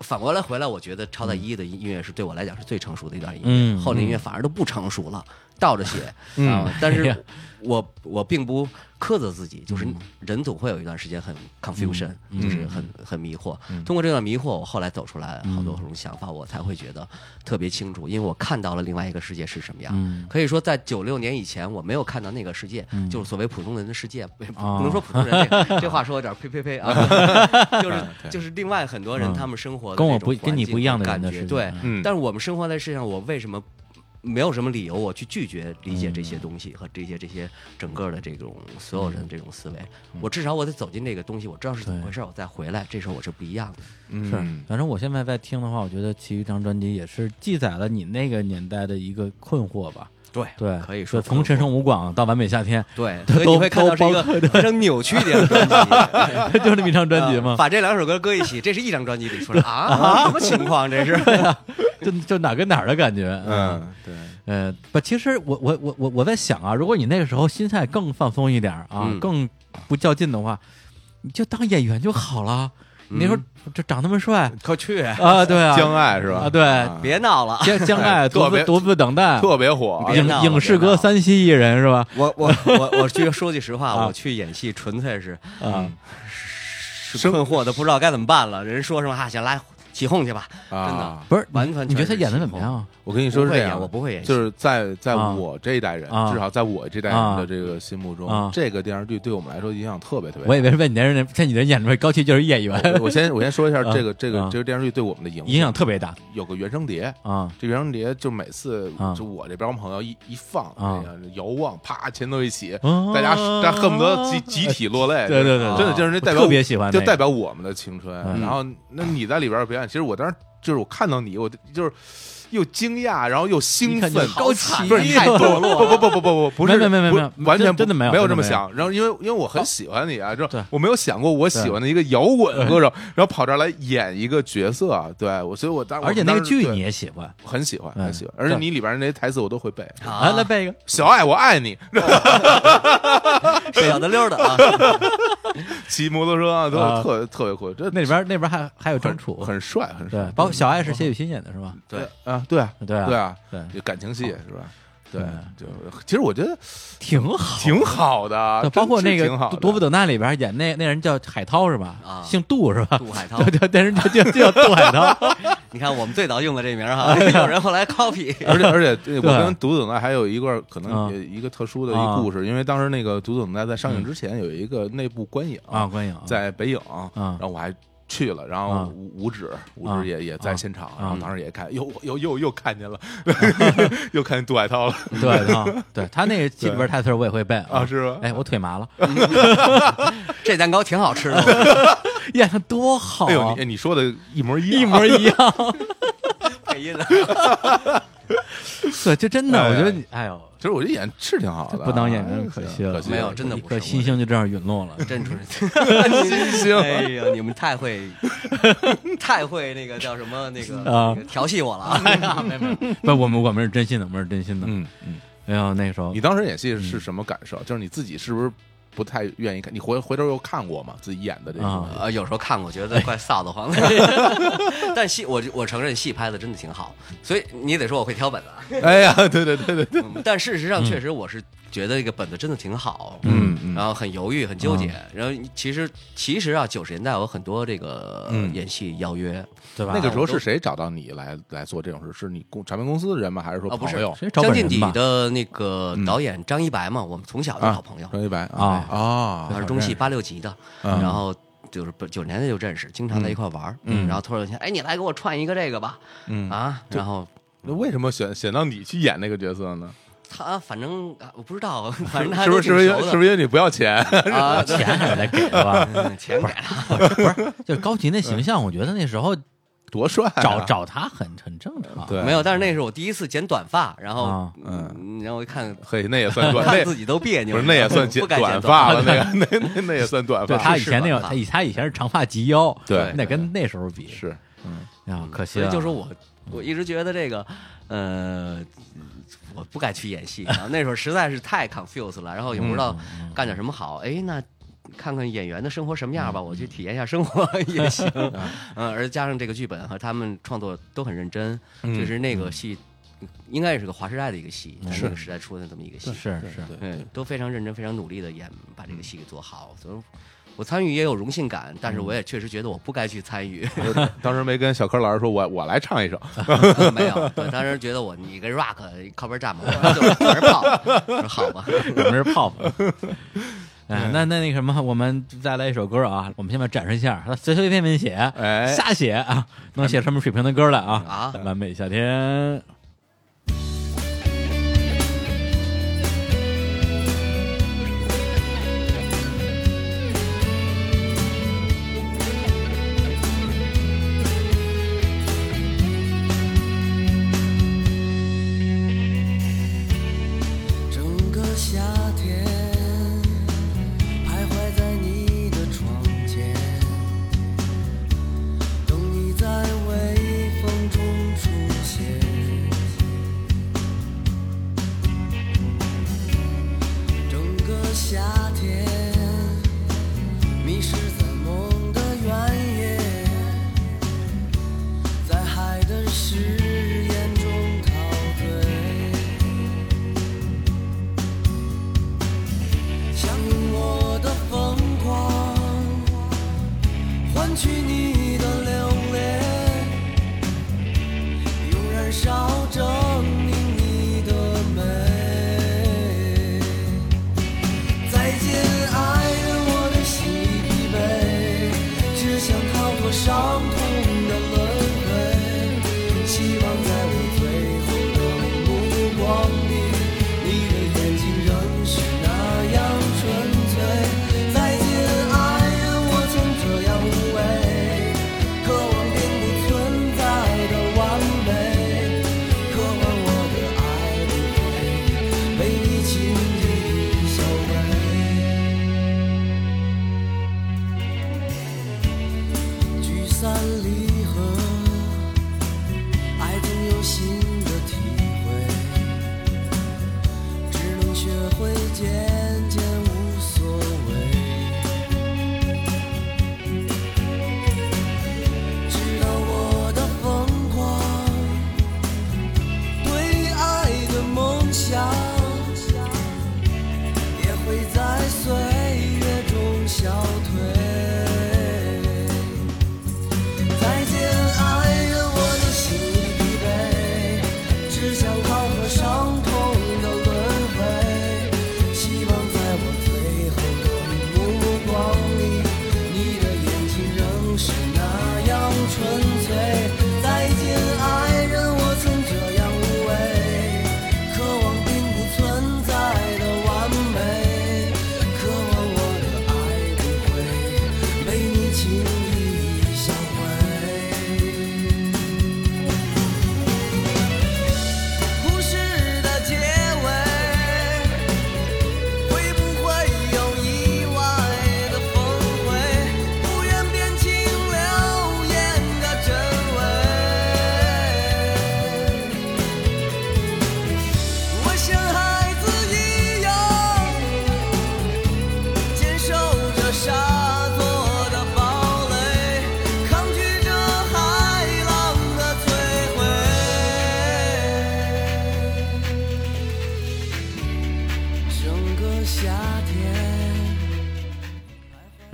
反过来回来，我觉得超载一的音乐是对我来讲是最成熟的一段音乐，
嗯
后来音乐反而都不成熟了，倒着写。
嗯
啊，但
哎呀嗯
是我我并不苛责自己，就是人总会有一段时间很 confusion，、就是很很迷惑。
嗯
通过这段迷惑，我后来走出来好多种想法，我才会觉得特别清楚，因为我看到了另外一个世界是什么样。
嗯
可以说，在九六年以前，我没有看到那个世界，就是所谓普通人的世界，不不
哦
不能说普通人这个，这话说有点呸呸呸啊， 就是
对
就是另外很多人
嗯
他们生活的
跟我
那
不
种
跟你
环境
不一样的
感
人的世
觉，
界
对，
嗯
但是我们生活在世上，我为什么没有什么理由我去拒绝理解
嗯
这些东西和这些这些整个的这种所有人的这种思维？我至少我得走进这个东西，我知道是怎么
嗯对
回事，我再回来，这时候我是不一样的。
嗯
是，反正我现在在听的话，我觉得其余张专辑也是记载了你那个年代的一个困惑吧。
对
对，
可以说
就从陈
生
胜吴广到完美夏 天，
对，
都
所以你会看到
都
是一个非常扭曲的一张专辑。
就这么一张专辑
啊
嘛，
把这两首歌搁一起，这是一张专辑里出来啊？什么情况？这是
就就哪跟哪儿的感觉。
嗯，对，
啊
呃，不，其实我我我我我在想啊，如果你那个时候心态更放松一点儿啊，
嗯
更不较劲的话，你就当演员就好了。
嗯
你那时候就长那么帅
快去，
啊，对啊，
江爱是吧？
啊对
啊
别闹了。
江江爱
哎
独
特
自
别
独自等待，
特别火，
别
影
闹了
影视
别闹
歌
了
三栖艺人是吧？
我我我我去说句实
啊
话，我去演戏纯粹是嗯
啊，
是困惑的，不知道该怎么办了。人说什么哈、啊行，来起哄去吧，真的
啊。
不是，
完
你
全
你觉得他
全是
演的
起
怎么
哄
样啊？
我跟你说是这
不会演
样，
我不会演戏
就是在在
啊
我这一代人
啊，
至少在我这代人的这个心目
啊
中，这个电视剧对我哦们来说影响特别特别
我
大。
以为是问你那人，像你这演出来，高崎就是演员，
我我先我先说一下
啊
这个这个
啊
这个电视剧对我们的影
影响特别大
有个原声碟，
啊
这原声碟就每次
啊
就我这帮朋友一一放，
啊
哎呀遥望，啪，前头一起，
啊哎
大家大家恨不得集集体落泪，
对对对
就是啊
对
真的就是那
我
代表
特别喜欢
就
那
代
个
表我们的青春。
嗯
然后那你在里边表演，其实我当时就是我看到你，我就是又惊讶，然后又兴
看
奋
就，好
高
惨
兴，不是
呀
太堕落，不不不不不不，不是
没没没
不
没没
完全
真
不
真的没有
没有
真的
这么
没有哦
想。然后因为因为我很喜欢你啊，就
对
我没有想过我喜欢的一个摇滚歌手，然后跑这儿来演一个角色，啊对我，所以我当
而且那个剧。
我当
你
时对
也喜欢
很喜欢，
嗯
很喜欢，而且
对
你里边那些台词我都会背。
啊，
啊
来，背一个，
小爱，我爱你，
小的溜儿 的啊，
骑摩托车啊，都
啊
特特别酷，这
那里边那边还还有张
很
楚，
很帅，很
对
帅，。
包括小爱是谢雨欣演的是吧？
对
啊，对啊，
对啊
对啊，
对，
就感情戏是吧？对
嗯，
就其实我觉得
挺好。
挺好的
对，包括那
啊真
个
是挺好的
《夺不等待》里边演那那人叫海涛是吧？
啊
姓杜是吧？
杜海涛
对对，但是就就叫杜海 涛。
你看我们最早用的这名 儿哈，有人后来 copy，
而且而且，
对
我跟独子呢啊还有一个可能
嗯
也一个特殊的一个故
啊
事，因为当时那个独子呢在上映之前有一个内部观影
啊，观影啊
在北影，
嗯
然后我还去了，然
啊
后吴吴指吴
啊
指也也在现场，
啊
然后当时也看，又又又又看见了，
啊
又看见杜海涛了
杜海涛，对他 那个戏里边台词儿我也会背
啊，是吧？
哎，我腿麻了，
这蛋糕挺好吃的，
演的多好
哎呦，
啊
你， 啊你说的一模一样，
一模一样。
配音的。
对，就真的，
哎呀
我觉得你，哎呦，
其实我这演是挺好
这
的啊，
不当演员可惜了，
可惜
没有真的
一
不
颗
是
新星就这样陨落了。
真 出来，
新星
哎呀，你们太会，太会那个叫什么那个
啊
那个调戏我 了
哎
啊！
没有没有， 不，我们我们是真心的，我们是真心的。
嗯嗯，
哎呦，那个时候
你当时演戏
嗯
是什么感受？就是你自己是不是不太愿意看？你回回头又看过吗？自己演的这
啊
个
呃，有时候看过觉得怪臊得慌的，但戏我我承认戏拍的真的挺好，所以你得说我会挑本子啊。
哎呀，对对对对对，
嗯但事实上，确实我是觉得这个本子真的挺好，
嗯嗯
啊
啊
然后很犹豫，很纠结。然后其实其实啊，九十年代有很多这个
嗯
演戏邀约，
对吧？
那个时候是谁找到你来来做这种事？是你公唱片公司的人吗？还是说
啊不是
朋友？嗯
谁找
将
本
近
人
底
吧？
的那个导演张一白嘛，我们从小就
啊
好朋友，
张一白
啊
啊
他是中戏八六级的，
嗯
然后。就是不九十年代就认识，经常在一块玩儿
嗯
然后突然有一天，哎，你来给我串一个这个吧，
嗯
啊，然后
那为什么选选到你去演那个角色呢？
他反正啊我不知 道，反正他
是不是是不是因为是不
是
是因为你不要钱？
啊？
钱还是得给的吧？
嗯钱给了，
就高琴那形象，我觉得那时候
多帅啊！
找找他很很正常。
对
没有，但是那是我第一次剪短发，然后
啊
嗯
嗯，然后我一看
嘿，那也算 短，
看
那
自己都别扭，
不是那也算
不
剪
敢
短
剪
发了，那个 那那那也算短
对
发。
他以
是
前那
吧
个，他以他以前是长发及腰，
对
那跟那时候比
是
啊，可惜
嗯所以
了。
就是我，我一直觉得这个，呃，我不该去演戏。 然后那时候实在是太 confused 了，然后也不知
嗯
道干点什么好。哎，那看看演员的生活什么样吧，
嗯
我去体验一下 生活也行。
啊
嗯，而加上这个剧本和他们创作都很认真，
嗯
确实那个戏应该也是个华时代的一个戏，在那个时代出的这么一个戏。
是是，
嗯，都非常认真、非常努力的演，把这个戏给做好。所以，我参与也有荣幸感，但是
嗯
我也确实觉得我不该去参与，
当时没跟小柯老师说，我我来唱一首，
没有。对，当时觉得我你跟 Rock 靠边站吧，我就是就是泡，我说好吧。
我们是泡 泡。哎，那那那个什么，我们再来一首歌啊！我们现在展示一下，他随随便便写，
哎
瞎写啊，能写什么水平的歌来啊？
啊
完美夏天，
整个夏天，徘徊在你的窗前，等你在微风中出现。整个夏天，迷失在梦的原野，在海的誓言中陶醉。想用我的疯狂换取你的留恋，用燃烧证明你的美。再见，爱人，我的心已疲惫，只想逃脱伤痛的轮回，希望在我最后的目光里，你的眼睛仍是那样纯粹。再见，爱人，我曾这样无畏，渴望并不存在的完美，渴望我的爱不会被你轻易销毁。聚散离合，爱总有新的体会，只能学会渐渐无所谓。直到我的疯狂，对爱的梦想，也会在岁月中消退。再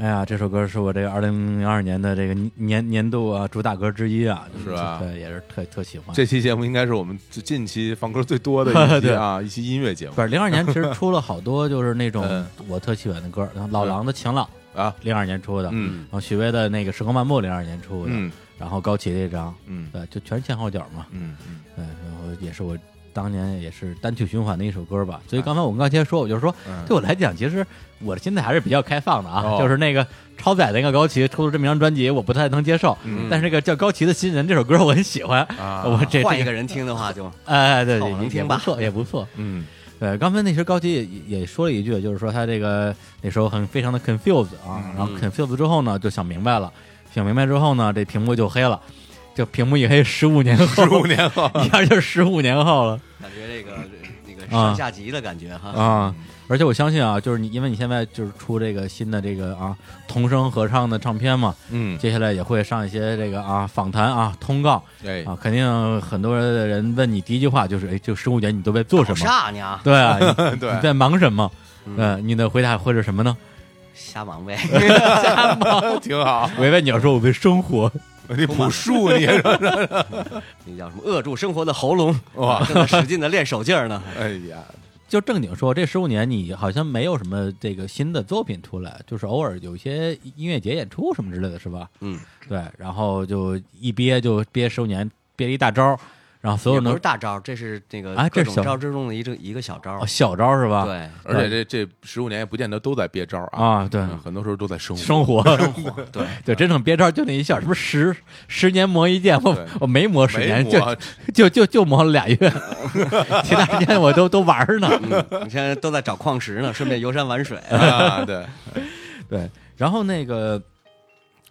哎呀，这首歌是我这个二零零二年的这个年年度啊主打歌之一啊，就是
吧
对，也是特特喜欢。
这期节目应该是我们最近期放歌最多的一期
对
啊，一期音乐节目
不是零二年，其实出了好多就是那种
嗯
我特喜欢的歌，然后老狼的《晴朗》
啊，
零二年出的，然
嗯
后许巍的那个《时光漫步》零二年出的，
嗯
然后高旗这张，
嗯
对，就全是前后脚嘛，
嗯嗯，
对，然后也是我当年也是单曲循环的一首歌吧。所以刚才我跟高杰说，我就说
嗯
对我来讲，其实我的心态还是比较开放的啊，
哦
就是那个超载那个高旗出了这么一张专辑，我不太能接受，
嗯
但是这个叫高旗的新人这首歌我很喜欢，
啊
我这
换一
这
个人听的话就
哎对，
好
也
能
也
听
不
吧
错，也不错。
嗯
对，刚才那时候高级也也说了一句，就是说他这个那时候很非常的 confused 啊，
嗯
然后 confused 之后呢，就想明白了，想明白之后呢，这屏幕就黑了，就屏幕一黑，十五年后，
十五，年后
一下就十五年后了
感觉这个那个
啊
上下级的感觉哈。
啊！而且我相信啊，就是你，因为你现在就是出这个新的这个啊童声合唱的唱片嘛，
嗯
接下来也会上一些这个啊访谈啊通告
哎
啊，肯定很多人问你第一句话就是，哎，这十五年你都在做什么？
啥呢？
对啊，你
对
你在忙什么？呃，你的回答会是什么呢？
瞎忙 呗。
挺好，
维维，你要说我的生活，
你朴树你说是
那叫什么？扼住生活的喉咙，
哇
正在使劲的练手劲儿呢。
哎呀，
就正经说，这十五年你好像没有什么这个新的作品出来，就是偶尔有一些音乐节演出什么之类的是吧？
嗯，
对，然后就一憋就憋十五年，憋了一大招，然后所有人
也 不
都
是大招，这是那个
啊这
各
是
种
小
招之中的一个一个小招
哦。小招是吧？
对
而且这这十五年也不见得都在憋招啊，
啊，对，
很多时候都在生活。
生活。
对，
对，真正憋招就那一下，是不是十十年磨一剑？我
对
我没磨十
没
年，
磨
就就就就磨了俩月，其他时间我都都玩儿呢。
嗯你现在都在找矿石呢，顺便游山玩水。
呃
啊，对，
对，然后那个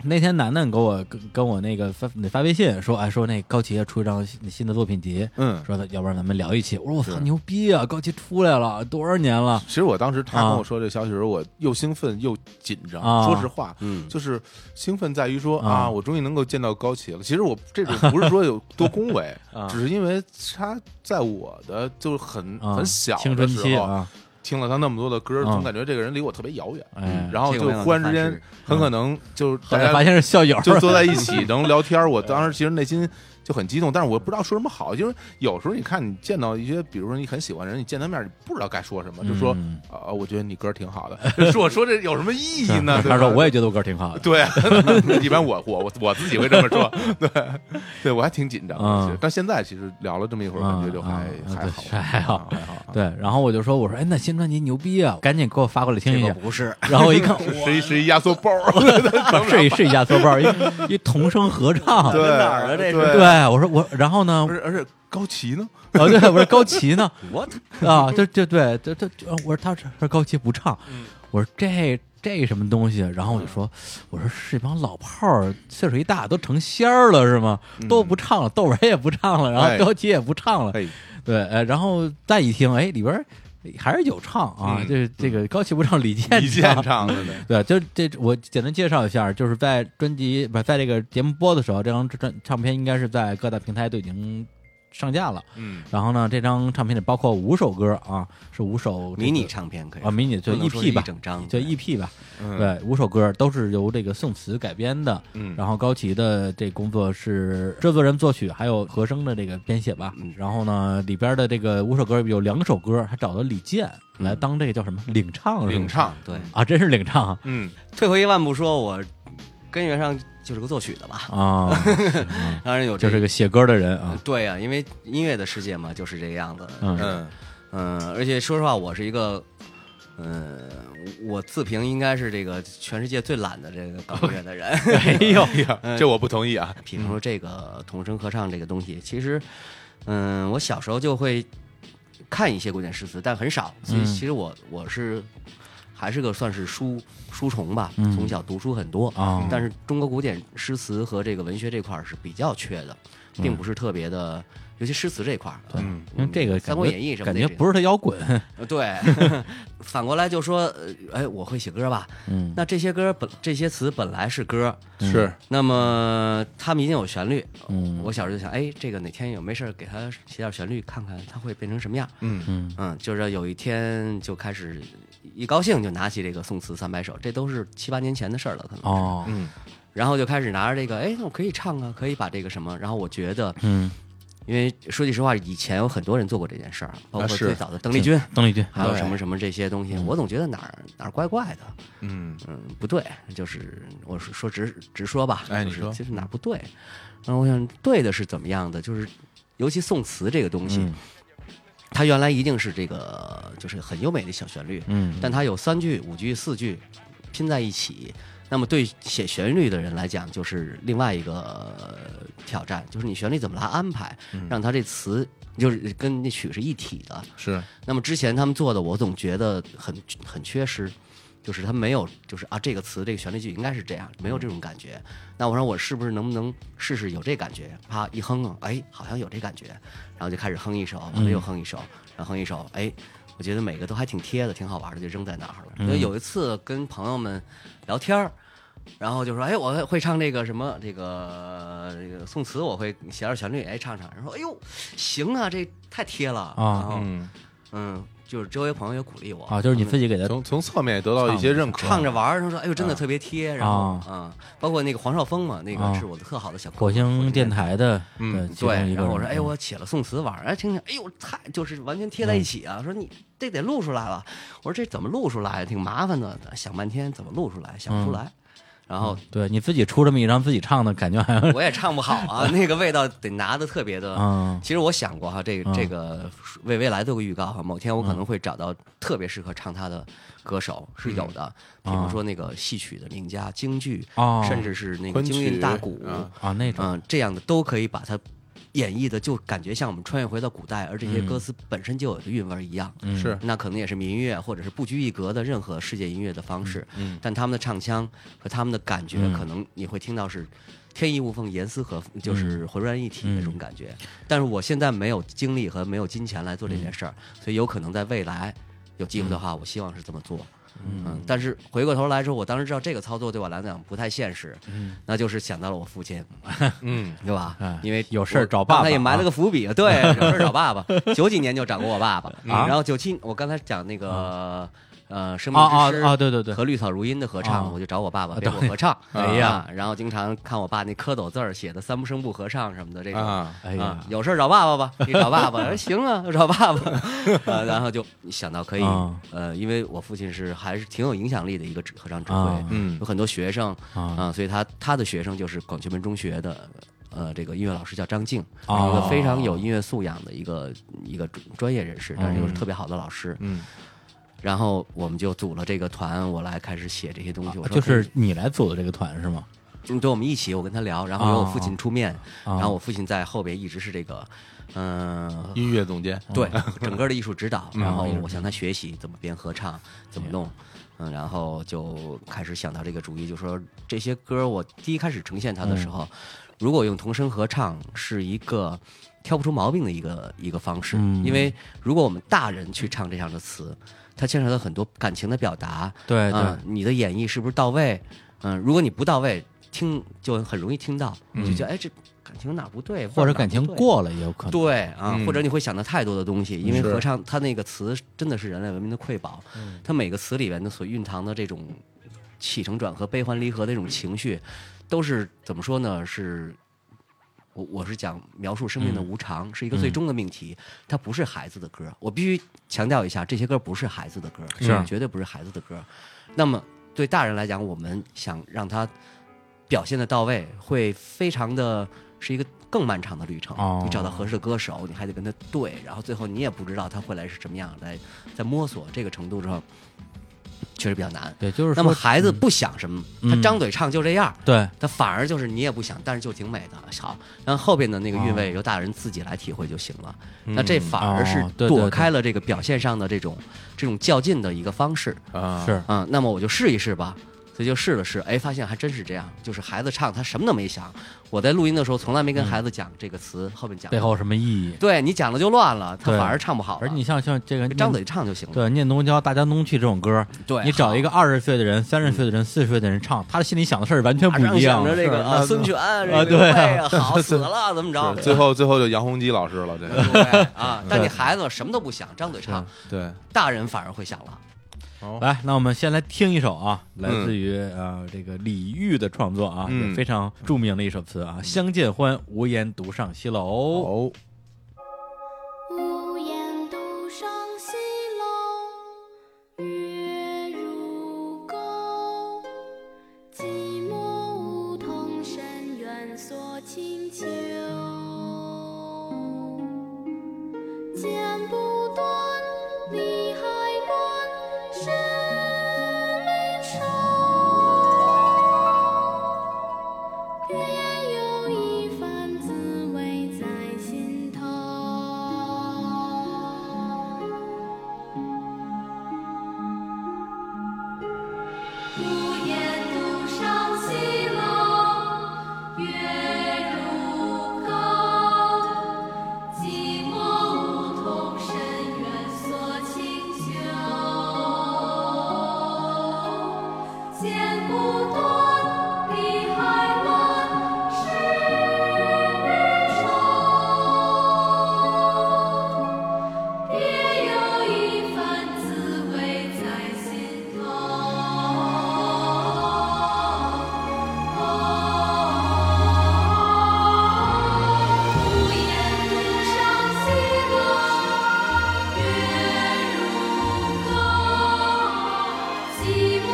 那天楠楠给我跟跟我那个发那发微信说，哎，说那高旗要出一张新新的作品集，
嗯，
说要不然咱们聊一期。我说我操
是
牛逼啊，高旗出来了多少年了？
其实我当时他
啊
跟我说这消息的时候，我又兴奋又紧张。
啊
说实话，
嗯，
就是兴奋在于说
啊
啊，我终于能够见到高旗了。其实我这种不是说有多恭 维，只是因为他在我的就是很
啊
很小
青
的
春
时
期
候，
啊，
听了他那么多的歌，
啊
总感觉这个人离我特别遥远。
哎，
然后
这个
就
没有
忽然
办
之
法
间
是，
很可能就是
后
大
来
家
发现是校友，
就坐在 一起能聊天儿。我当时其实内心就很激动，但是我不知道说什么好，因为有时候你看你见到一些，比如说你很喜欢的人，你见他面儿你不知道该说什么，就说
嗯
啊、我觉得你歌儿挺好的，说我说这有什么意义呢？对
他说
吧
我也觉得我歌挺 好的。
对，一般我我我我自己会这么说，对，对我还挺紧张的，
嗯
其实但现在其实聊了这么一会儿，感觉就还
嗯嗯
还好
对，还好
还好，
对，然后我就说，我说，哎，那新专辑牛逼啊，赶紧给我发过来听
这
一
个
下。
不是，
然后我一 看，
是一是一压缩包儿，
哇，试一试一下做报，一一童声合唱。
对
哪儿啊这是
对
对，，
我说我，然后呢
而，且而且高旗 呢，
哦，对，我说高旗 呢？
What？
啊，就就对，就就就我说他说高旗不唱，
嗯
我说这这什么东西？然后我就说，我说是一帮老炮儿，岁数一大都成仙儿了是吗？都不唱了，窦唯也不唱了，然
嗯哎
后高旗也不唱了，
哎，
对，呃，然后再一听，哎，里边儿还是有唱啊，
嗯
就是这个高旗不唱，李健
一键 唱的呢，
对，就是这我简单介绍一下，就是在专辑不是在这个节目播的时候，这张专唱片应该是在各大平台都已经上架了。
嗯。
然后呢，这张唱片里包括五首歌啊，是五首这个
迷你唱片可以
啊，迷你就
不能说
EP 吧
一，整张
就
对
EP 吧，
嗯
对，五首歌都是由这个宋词改编的。
嗯
然后高旗的这工作是制作人、作曲还有和声的这个编写吧。
嗯
然后呢，里边的这个五首歌有两首歌还找到李健来
嗯
当这个叫什么领唱是吗，
领唱，
对。
啊，真是领唱啊
嗯，
退回一万步说，我根源上就是个作曲的吧，
啊。
当然有这
就是个写歌的人啊，
对呀、因为音乐的世界嘛就是这个样子。
嗯
嗯
嗯，而且说实话，我是一个，嗯，我自评应该是这个全世界最懒的这个搞音乐 的人。
哎呦呀，这我不同意啊！
比如说这个童声合唱这个东西，其实，嗯，我小时候就会看一些古典诗词，但很少。所以
嗯
其实我我是还是个算是书书虫吧，
嗯
从小读书很多。
啊
但是中国古典诗词和这个文学这块儿是比较缺的，并不是特别的，尤其诗词这一块儿，嗯
因嗯为这个
三
感
国
觉
演义》什么
感
的
觉
这
不是他摇滚，
呃对， 反过来就说，呃哎，我会写歌吧？
嗯，
那这些歌本这些词本来是歌，
是
那么他们一定有旋律。
嗯
我小时候就想，哎，这个哪天有没事儿给他写点旋律，看看它会变成什么样。
嗯
嗯
嗯，就是有一天就开始一高兴就拿起这个《宋词三百首》，这都是七八年前的事儿了，可能。
哦
嗯
然后就开始拿着这个，哎，那我可以唱啊，可以把这个什么。然后我觉得，
嗯，
因为说句实话，以前有很多人做过这件事儿，包括
啊是
最早的邓丽君，
邓丽君，
还有什么什么这些东西，我总觉得哪儿哪儿怪怪的，
嗯
嗯，不对，就是我说说直直说吧，
哎
就
你说
是就是哪儿不对。然后我想对的是怎么样的，就是尤其宋词这个东西，
嗯
它原来一定是这个就是很优美的小旋律，
嗯
但它有三句、五句、四句拼在一起。那么对写旋律的人来讲，就是另外一个呃挑战，就是你旋律怎么来安排，
嗯
让它这词就是跟那曲是一体的。
是
那么之前他们做的，我总觉得很很缺失，就是他没有，就是啊，这个词这个旋律就应该是这样，没有这种感觉。那我说我是不是能不能试试有这感觉？啪一哼，哎，好像有这感觉，然后就开始哼一首，完了又哼一首，然后哼一首，哎，我觉得每个都还挺贴的，挺好玩的，就扔在那儿了。所以有一次跟朋友们聊天儿。然后就说，哎，我会唱这个什么，这个这个宋词，我会写点旋律，哎，唱唱。然后说，哎呦，行啊，这太贴了
啊
然后
嗯，
嗯，就是周围朋友也鼓励我嗯
啊，就是你自己给他
从从侧面也得到一些认可，
唱着玩儿，他说：“哎呦，真的特别贴。”然后
啊
嗯，包括那个黄少峰嘛，那
啊
个是我的特好的小朋友
火星电。台的呃
嗯
其中
对，
一个
然后我
人
说，哎，我写了宋词玩儿，哎，听听，哎呦，太就是完全贴在一起
嗯
啊！说你这得录出来了，我说这怎么录出来？挺麻烦的，想半天怎么录出来，想不出
嗯
来。然后
对你自己出这么一张自己唱的感觉好像
我也唱不好啊，那个味道得拿的特别的。
啊
其实我想过哈，这个
嗯
这个为未来做个预告哈，某天我可能会找到特别适合唱他的歌手是有的，比
啊
如说那个戏曲的名家、京剧，
哦
甚至是那个
昆
京韵
曲
大鼓，
啊
啊那种
嗯，这样的都可以把它演绎的就感觉像我们穿越回到古代，而这些歌词本身就有的韵味儿一样。
嗯
是
那可能也是民乐，或者是不拘一格的任何世界音乐的方式。嗯，但他们的唱腔和他们的感
嗯
觉，可能你会听到是天衣无缝、严丝合缝，就是
嗯
浑然一体那种感觉。但是我现在没有精力和没有金钱来做这
嗯
件事儿，所以有可能在未来有机会的话，我希望是这么做。嗯，但是回过头来说，我当时知道这个操作对我来讲不太现实，嗯，那就是想到了我父亲，
嗯
对吧
哎？
因为
有事儿
我
找爸爸
刚才也埋了个伏笔，对，有事 儿找爸爸。九几年就找过我爸爸，
啊
然后九七，我刚才讲那个呃，生命
啊
之诗
啊啊对对对
和绿草如茵的合
啊
唱，我就找我爸爸
啊
陪我
对
合唱。
哎呀
啊，然后经常看我爸那蝌蚪字儿写的三不声部合唱什么的这种。
啊
哎
啊
呀，
有事儿找爸爸吧，你找 爸爸，哎行啊，找爸爸，呃，然后就想到可以
啊，
呃，因为我父亲是还是挺有影响力的一个指合唱指挥
啊，
嗯
有很多学生
啊
啊、所以他他的学生就是广渠门中学的。呃，这个音乐老师叫张静，
哦
一个非常有音乐素养的一个一个专专业人士，但是又是特别好的老师。
嗯
然后我们就组了这个团，我来开始写这些东西。我
啊
说
就是你来组的这个团是吗？
嗯，对，我们一起，我跟他聊，然后由我父亲出面，
哦
然后我父亲在后边一直是这个，嗯、
音乐总监
对，整个的艺术指导，
嗯
然后我向他学习怎么编合唱，怎么弄，嗯，然后就开始想到这个主意，就说这些歌我第一开始呈现它的时
嗯
候，如果用童声合唱是一个挑不出毛病的一个一个方式，
嗯
因为如果我们大人去唱这样的词，它牵扯到很多感情的表达，
哎对对
嗯，你的演绎是不是到位？嗯，如果你不到位，听就很容易听到，就觉得哎这感情哪儿不对，
嗯或者
味儿哪儿
感
不
情
对
过了也有可能
对啊，
嗯
或者你会想到太多的东西，因为
是嗯
合唱它那个词真的是人类文明的瑰宝，它每个词里面的所蕴藏的这种起承转合、悲欢离合的这种情绪，都是怎么说呢？是。我我是讲描述生命的无
嗯
常，是一个最终的命题，它不是孩子的歌。我必须强调一下，这些歌不是孩子的歌，
是
绝对不是孩子的歌。那么对大人来讲，我们想让他表现的到位，会非常的是一个更漫长的旅程。
哦
你找到合适的歌手，你还得跟他对，然后最后你也不知道他会来是什么样，来在摸索这个程度之后，确实比较难。
对，就是
那么啊
说
孩子不想什么，
嗯
他张嘴唱就这样，
对
他反而就是你也不想，但是就挺美的。好，然后后边的那个韵味由大人自己来体会就行了。那这反而是
嗯哦对对
躲
对
开了这个表现上的这种这种较劲的一个方式。
啊
是
嗯，那么我就试一试吧。所以就试了试，哎，发现还真是这样，就是孩子唱他什么都没想。我在录音的时候从来没跟孩子讲这个词后面讲
嗯背，后有什么意义？
对你讲了就乱了，他
对
反而唱不好了。
而你像像这个
张嘴唱就行了。
对念东郊大江东去这种歌，
对嗯
你找一个二十岁的人、三十岁的人、四十岁的人唱，他的心里想的事儿完全
马
不
上
一样
想。着这
是
个啊，
那
孙权这
啊
个
对啊
呀，好死了，怎么着？
是最后最后就杨洪基老师了，这个
对 啊，但你孩子什么都不想，张嘴唱，
对，
大人反而会想了。
来，那我们先来听一首啊，来自于、呃这个李煜的创作啊，
嗯
也非常著名的一首词啊，相见欢，无言独上西楼。
哦，
无言独上西楼，月如钩。寂寞梧桐深院锁清秋。剪不断，理还乱，身没收。别有一番滋味在心头。无言独上西楼，月如钩。寂寞梧桐深院锁清秋。剪不断，理还乱，是离愁。别有一番滋味在心头。无言独上西楼，月如钩。寂寞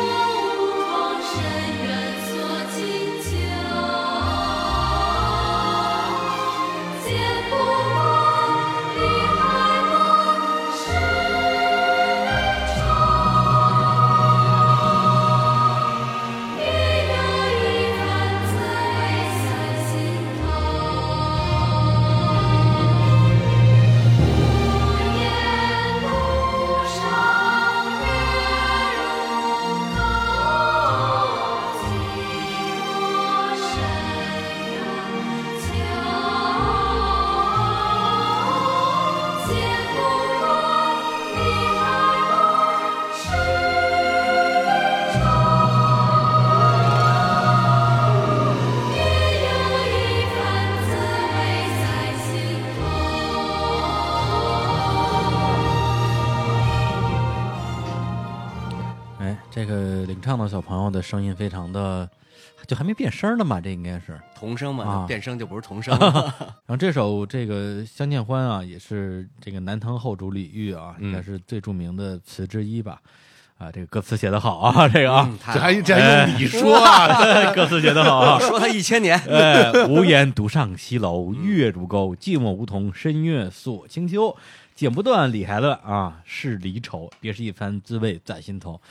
梧桐深院锁清秋。剪不断，理还乱，是离愁。别有一番滋味在心头。无言独上月如钩，寂寞深院。秋，剪不断，理还乱，是离愁。别有一番滋味在心头。
哎，这个领唱的小朋友的声音非常的，就还没变声呢嘛，这应该是。
童声
啊
嘛，变声就不是童声了。
然后这首这个《相见欢》啊，也是这个南唐后主李煜啊，
嗯
应该是最著名的词之一吧。啊，这个歌词写得好啊，这个啊，
嗯太
这
好
还
了
这还用你说啊？
歌词写得好啊。
说他一千年，
哎，无言独上西楼，
嗯
月如钩，寂寞梧桐深院锁清秋。剪不断，理还乱啊，是离愁，别是一番滋味在心头。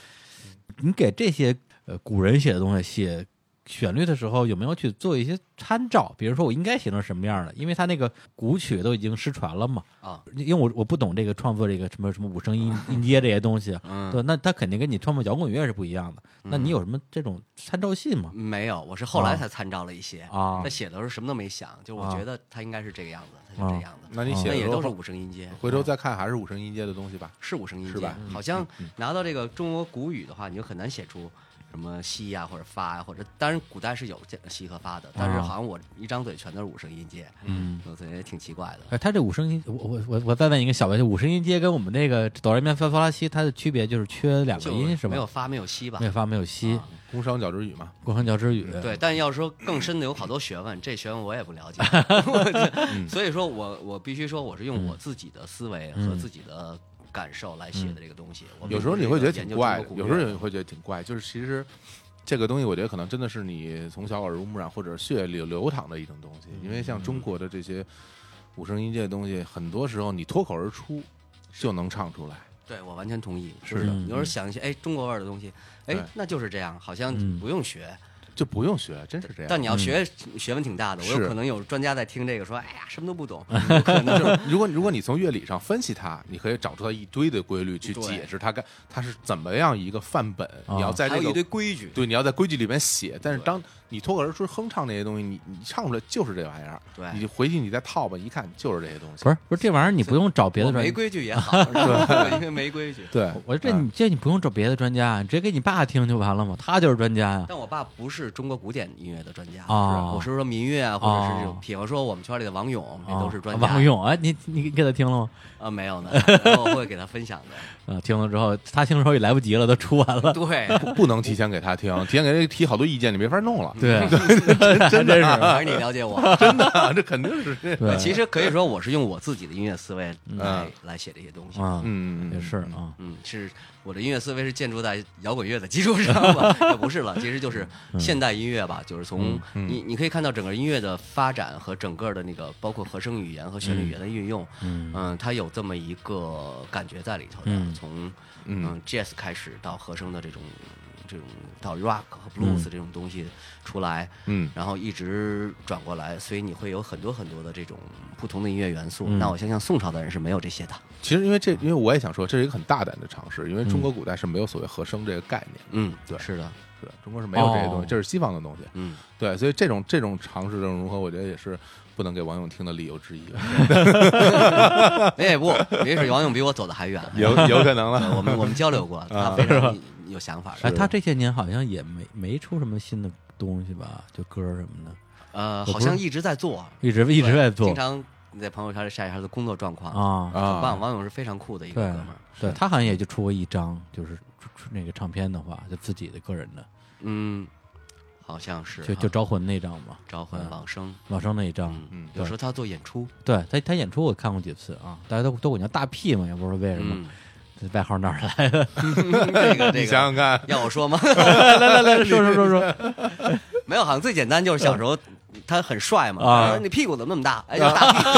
你给这些呃古人写的东西写旋律的时候，有没有去做一些参照？比如说，我应该写成什么样的？因为他那个古曲都已经失传了嘛。
啊，
因为我我不懂这个创作这个什么什么五声音音阶这些东西，
嗯
对，那他肯定跟你创作摇滚乐是不一样的。那你有什么这种参照系吗？
没有，我是后来才参照了一些
啊
他写的时候什么都没想，就我
啊
觉得他应该是这个样子，他就这样子。
那你写
那
的
也
时候
都是五声音阶，
回头再看还是五声音阶的东西吧。
是五声音
是
阶
吧，
好像拿到这个中国古语的话，你就很难写出什么西呀、或者发呀、或者当然古代是有这西和发的，但是
啊
好像我一张嘴全都是五声音阶，嗯，所以也挺奇怪的。
哎，他这五声音，我我我我再问一个小问题：五声音阶跟我们那个哆来咪发嗦拉西，它的区别就是缺两个
就
音是吧？
没有发没有西吧
没？有发没有西，
啊嗯
工商角之语嘛，
共商角之语。
对，但要说更深的有好多学问，这学问我也不了解，
嗯
所以说我我必须说我是用我自己的思维和自己的感受来写的这个东西。我
有时候你会觉得挺怪的
的，，
有时候你会觉得挺怪，就是其实这个东西，我觉得可能真的是你从小耳濡目染或者血流流淌的一种东西。因为像
嗯
中国的这些五声音阶的东西，很多时候你脱口而出就能唱出来。
对我完全同意，
是的嗯
有时候想一些哎中国味儿的东西，哎
对
那就是这样，好像
嗯
不用学，
就不用学，真是这样。嗯
但你要学学问挺大的，我有
是嗯
可能有专家在听这个说，哎呀，什么都不懂，有可能
就是如果如果你从乐理上分析它，你可以找出它一堆的规律去
对啊
解释它该它是怎么样一个范本。你要在
还
这
有一堆
个
规矩。
对，你要在规矩里面写。但是
对
当你脱口而出哼唱这些东西，你你唱出来就是这玩意儿。
对
你回去你再套吧，一看就是这些东西。
不是不是这玩意儿你不用找别的
我
专
没
家，
规矩也 好，是吧因为没规矩。
对，
我这
嗯
你这你不用找别的专家，啊你直接给你爸听就完了嘛，他就是专家啊呀。
但我爸不是中国古典音乐的专家，
哦
是吧我是说民乐啊，或者是这种
哦，
比方说我们圈里的王勇，这
啊
都是
哦
专 家。
王勇啊，你你给他听了吗？
啊，没有呢，我会给他分享的。
啊，听了之后他听的时候也来不及了，都出完了。
对，
不能提前给他听，提前给他提好多意见，你没法弄了。
对，真真真是
还是你了解我。
真的，这肯定是这。
对，
其实可以说我是用我自己的音乐思维来来写这些东 西。
啊，
嗯，
也是啊，
嗯，是我的音乐思维是建筑在摇滚乐的基础上吧？ 也不是了，其实就是现代音乐吧，就是从你你可以看到整个音乐的发展和整个的那个包括和声语言和旋律语言的运用，
嗯
嗯，它有这么一个感觉在里头的，
嗯
从
嗯
嗯 jazz 开始到和声的这种这种到 rock 和 blues 这种东西出来，
嗯
然后一直转过来，所以你会有很多很多的这种不同的音乐元素。那我相信宋朝的人是没有这些的，
其实因为这，因为我也想说，这是一个很大胆的尝试，因为
嗯
中国古代是没有所谓和声这个概念的。
嗯，
对
是的，
对，中国是没有这些东
哦
西，这是西方的东西。
嗯。
对，所以这种这种尝试这种融合，我觉得也是不能给王勇听的理由之一，
哎不，也许王勇比我走的还远。
有有可能
对
了。
我们我们交流过，
啊
他非常有想法。
哎，他这些年好像也没没出什么新的东西吧，就歌什么的，
呃，
不
好像一直在做，啊
一直一直在做
经常在朋友圈里晒他的工作状况。
啊。
很棒，
啊，
王勇是非常酷的一个
对
哥们儿。
对，他好像也就出过一张，就是出出那个唱片的话，就自己的个人的，
嗯，好像是
就
哈
就招魂那张嘛，
召唤往生。
老生那一张。
嗯
嗯，
有时候他做演出，
对他，他演出我看过几次啊，大家都都管叫大屁嘛，也不知道为什么
嗯，，
这外号哪儿 来的？
这个
你
这
想想
个
看，
要我说吗？
来来来，说说说说，
没有，好像最简单就是小时候他很帅嘛，
啊
他说你屁股怎么那么大？ 哎，就是大屁股。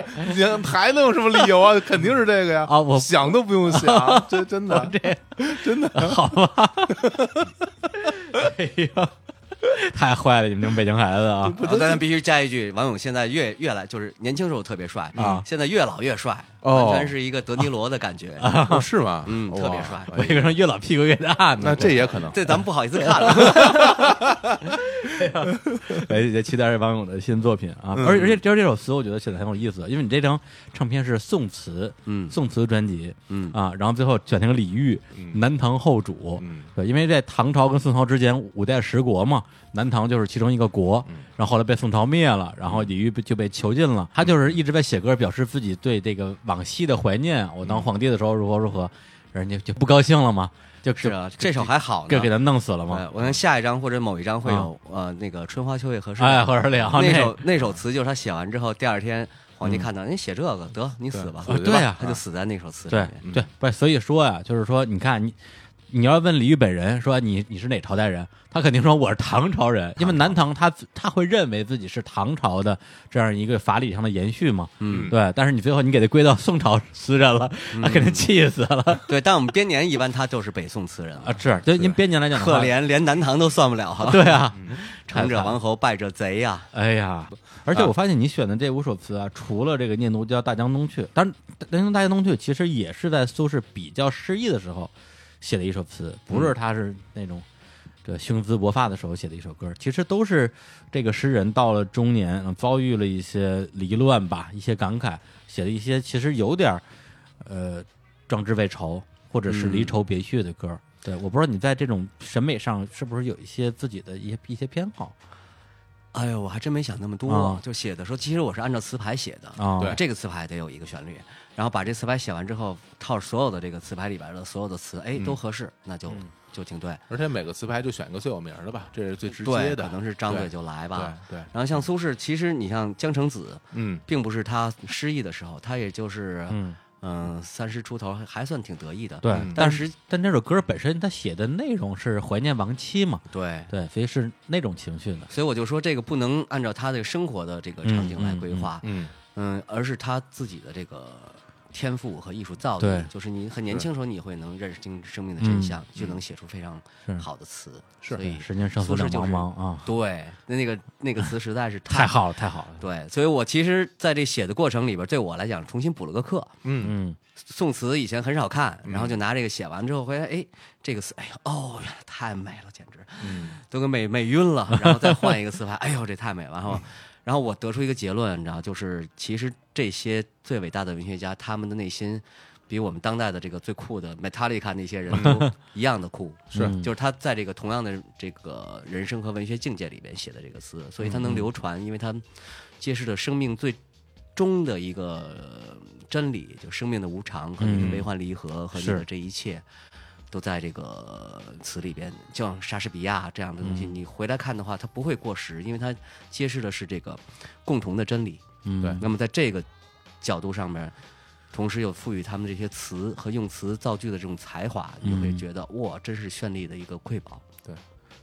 哎
你想还能有什么理由啊？肯定是这个呀！
啊我
想都不用 想，这真的
这
真的。
好吧？ 哎呀，太坏了，你们这种北京孩子啊！
然后咱必须加一句，王勇现在越越来就是年轻时候特别帅
啊
现在越老越帅，
哦
完全是一个德尼罗的感觉。
啊
哦是吗？
嗯
哇哎
特别帅
我一个人越老屁股越大呢，
那这也可能。
这咱们不好 意思看
啊
了，
哎，也期待王勇的新作品啊！
嗯
而而且就是这首词，我觉得写的很有意思，因为你这张唱片是宋词，
嗯
宋词专辑，
嗯
啊，然后最后选成李煜，南唐后主，
嗯
对，因为在唐朝跟宋朝之前五代十国嘛，南唐就是其中一个国，
嗯
然后后来被宋朝灭了，然后李煜被就被囚禁了，他
嗯
就是一直在写歌表示自己对这个往昔的怀念，我
嗯
当皇帝的时候如何如何，人家就不高兴了嘛，就就是
啊，这首还好
给
呢。
给他弄死了
呃
嘛，
我看下一张或者某一张会有呃那个春花秋月何时了
哎，何时了？
那
那嗯
首那首词就是他写完之后，第二天皇帝看到，哎你写这个得你死吧，
对啊
他就死在那首词上
对
面。
对，不是，所以说呀，就是说，你看你，你要问李煜本人说你你是哪朝代人，他肯定说我是唐朝人，因为南唐他他会认为自己是唐朝的这样一个法理上的延续嘛，嗯，对。但是你最后你给他归到宋朝 词人了，他肯定气死了
对，但我们编年一般他就是北宋词人
啊！是，就因为编年来讲的话
可，怜连南唐都算不了 哈。
对啊，
成者王侯，败者贼啊呀、
哎呀，而且我发现你选的这五首词啊，除了这个《念奴娇·大江东去》，当然，《念奴大江东去》其实也是在苏轼比较失意的时候写的一首词，不是他是那种这胸姿勃发的时候写的一首歌，其实都是这个诗人到了中年，嗯遭遇了一些离乱吧，一些感慨，写的一些其实有点儿呃壮志未酬或者是离愁别绪的歌。对，我不知道你在这种审美上是不是有一些自己的一些一些偏好
哎呦，我还真没想那么多，
啊
就写的时候，其实我是按照词牌写的
啊？
对
这个词牌得有一个旋律，然后把这词牌写完之后，套所有的这个词牌里边的所有的词，哎，都合适，那就就挺对。
而且每个词牌就选一个最有名的吧，这是最直
对，
接
可
的。
能是张嘴就来吧。
对对
然后像苏轼，其实你像江城子，
嗯
并不是他失意的时候，他也就是
嗯
嗯三十出头，还算挺得意的。
对，
嗯
但
但
是
是
但这首歌本身它写的内容是怀念亡妻嘛，
对，
对，所以是那种情绪的。
所以我就说这个不能按
嗯
照他的生活的这个场景来规划，
嗯，
嗯，而是他自己的这个天赋和艺术造
对嗯
诣，就是你很年轻的时候，你会能认识清生命的真相，就能写出非常
是
好的词。
是
所以
时间胜似
苏轼
两
就
茫
是
茫啊，
对，那那个那个词实在是
太
太。
好了，太好了，
对，所以我其实在这写的过程里边，对我来讲重新补了个课。
嗯，
嗯，
宋词以前很少看，然后就拿这个写完之后回来，哎，这个词，哎呦，哦，原来太美了，简直，都给美美晕了。然后再换一个词牌，哎呦，这太美了。然后，然后我得出一个结论，你知道，就是其实这些最伟大的文学家，他们的内心比我们当代的这个最酷的 Metallica 那些人都一样的酷，嗯
是
就是他在这个同样的这个人生和文学境界里边写的这个词，所以他能流传，因为他揭示了生命最终的一个呃真理，就生命的无常和你的
嗯
悲欢离合和你
是
的这一切。都在这个词里边，就像莎士比亚这样的东
嗯
西，你回来看的话，它不会过时，因为它揭示的是这个共同的真理。
嗯
对
那么在这个角度上面，同时又赋予他们这些词和用词造句的这种才华，你就会
嗯
觉得哇，真是绚丽的一个瑰宝。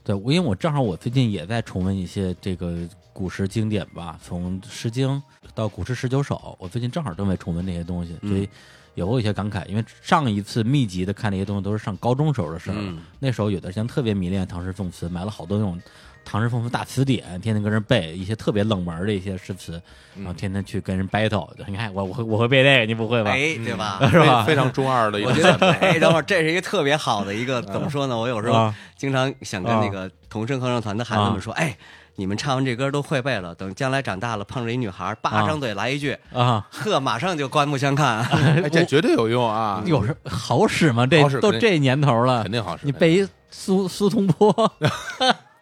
对，我因为我正好我最近也在重温一些这个古诗经典吧，从《诗经》到《古诗十九首》，我最近正好正在重温这些东西，所
嗯
以也会有一些感慨。因为上一次密集的看这些东西都是上高中时候的事儿了，
嗯
那时候有段时间特别迷恋唐诗宋词，买了好多那种唐诗宋词大词典，天天跟人背一些特别冷门儿的一些诗词，然
嗯
后天天去跟人 battle，就你看我我会我会背这个，你不会吧？
哎，对吧？
是吧？
非常中二的一
我
个
觉得，哎，等会儿这是一个特别好的一个，怎么说呢？我有时候
啊
经常想跟那个童声合唱团的孩子们说，哎，你们唱完这歌都会背了，等将来长大了碰着一女孩，
啊
叭张嘴来一句，
啊，
呵，马上就刮目相看。啊
哎，这绝对有用啊！
有时好使吗？这
好使
都
肯定
这年头了，
肯定好使
你背一苏苏东坡，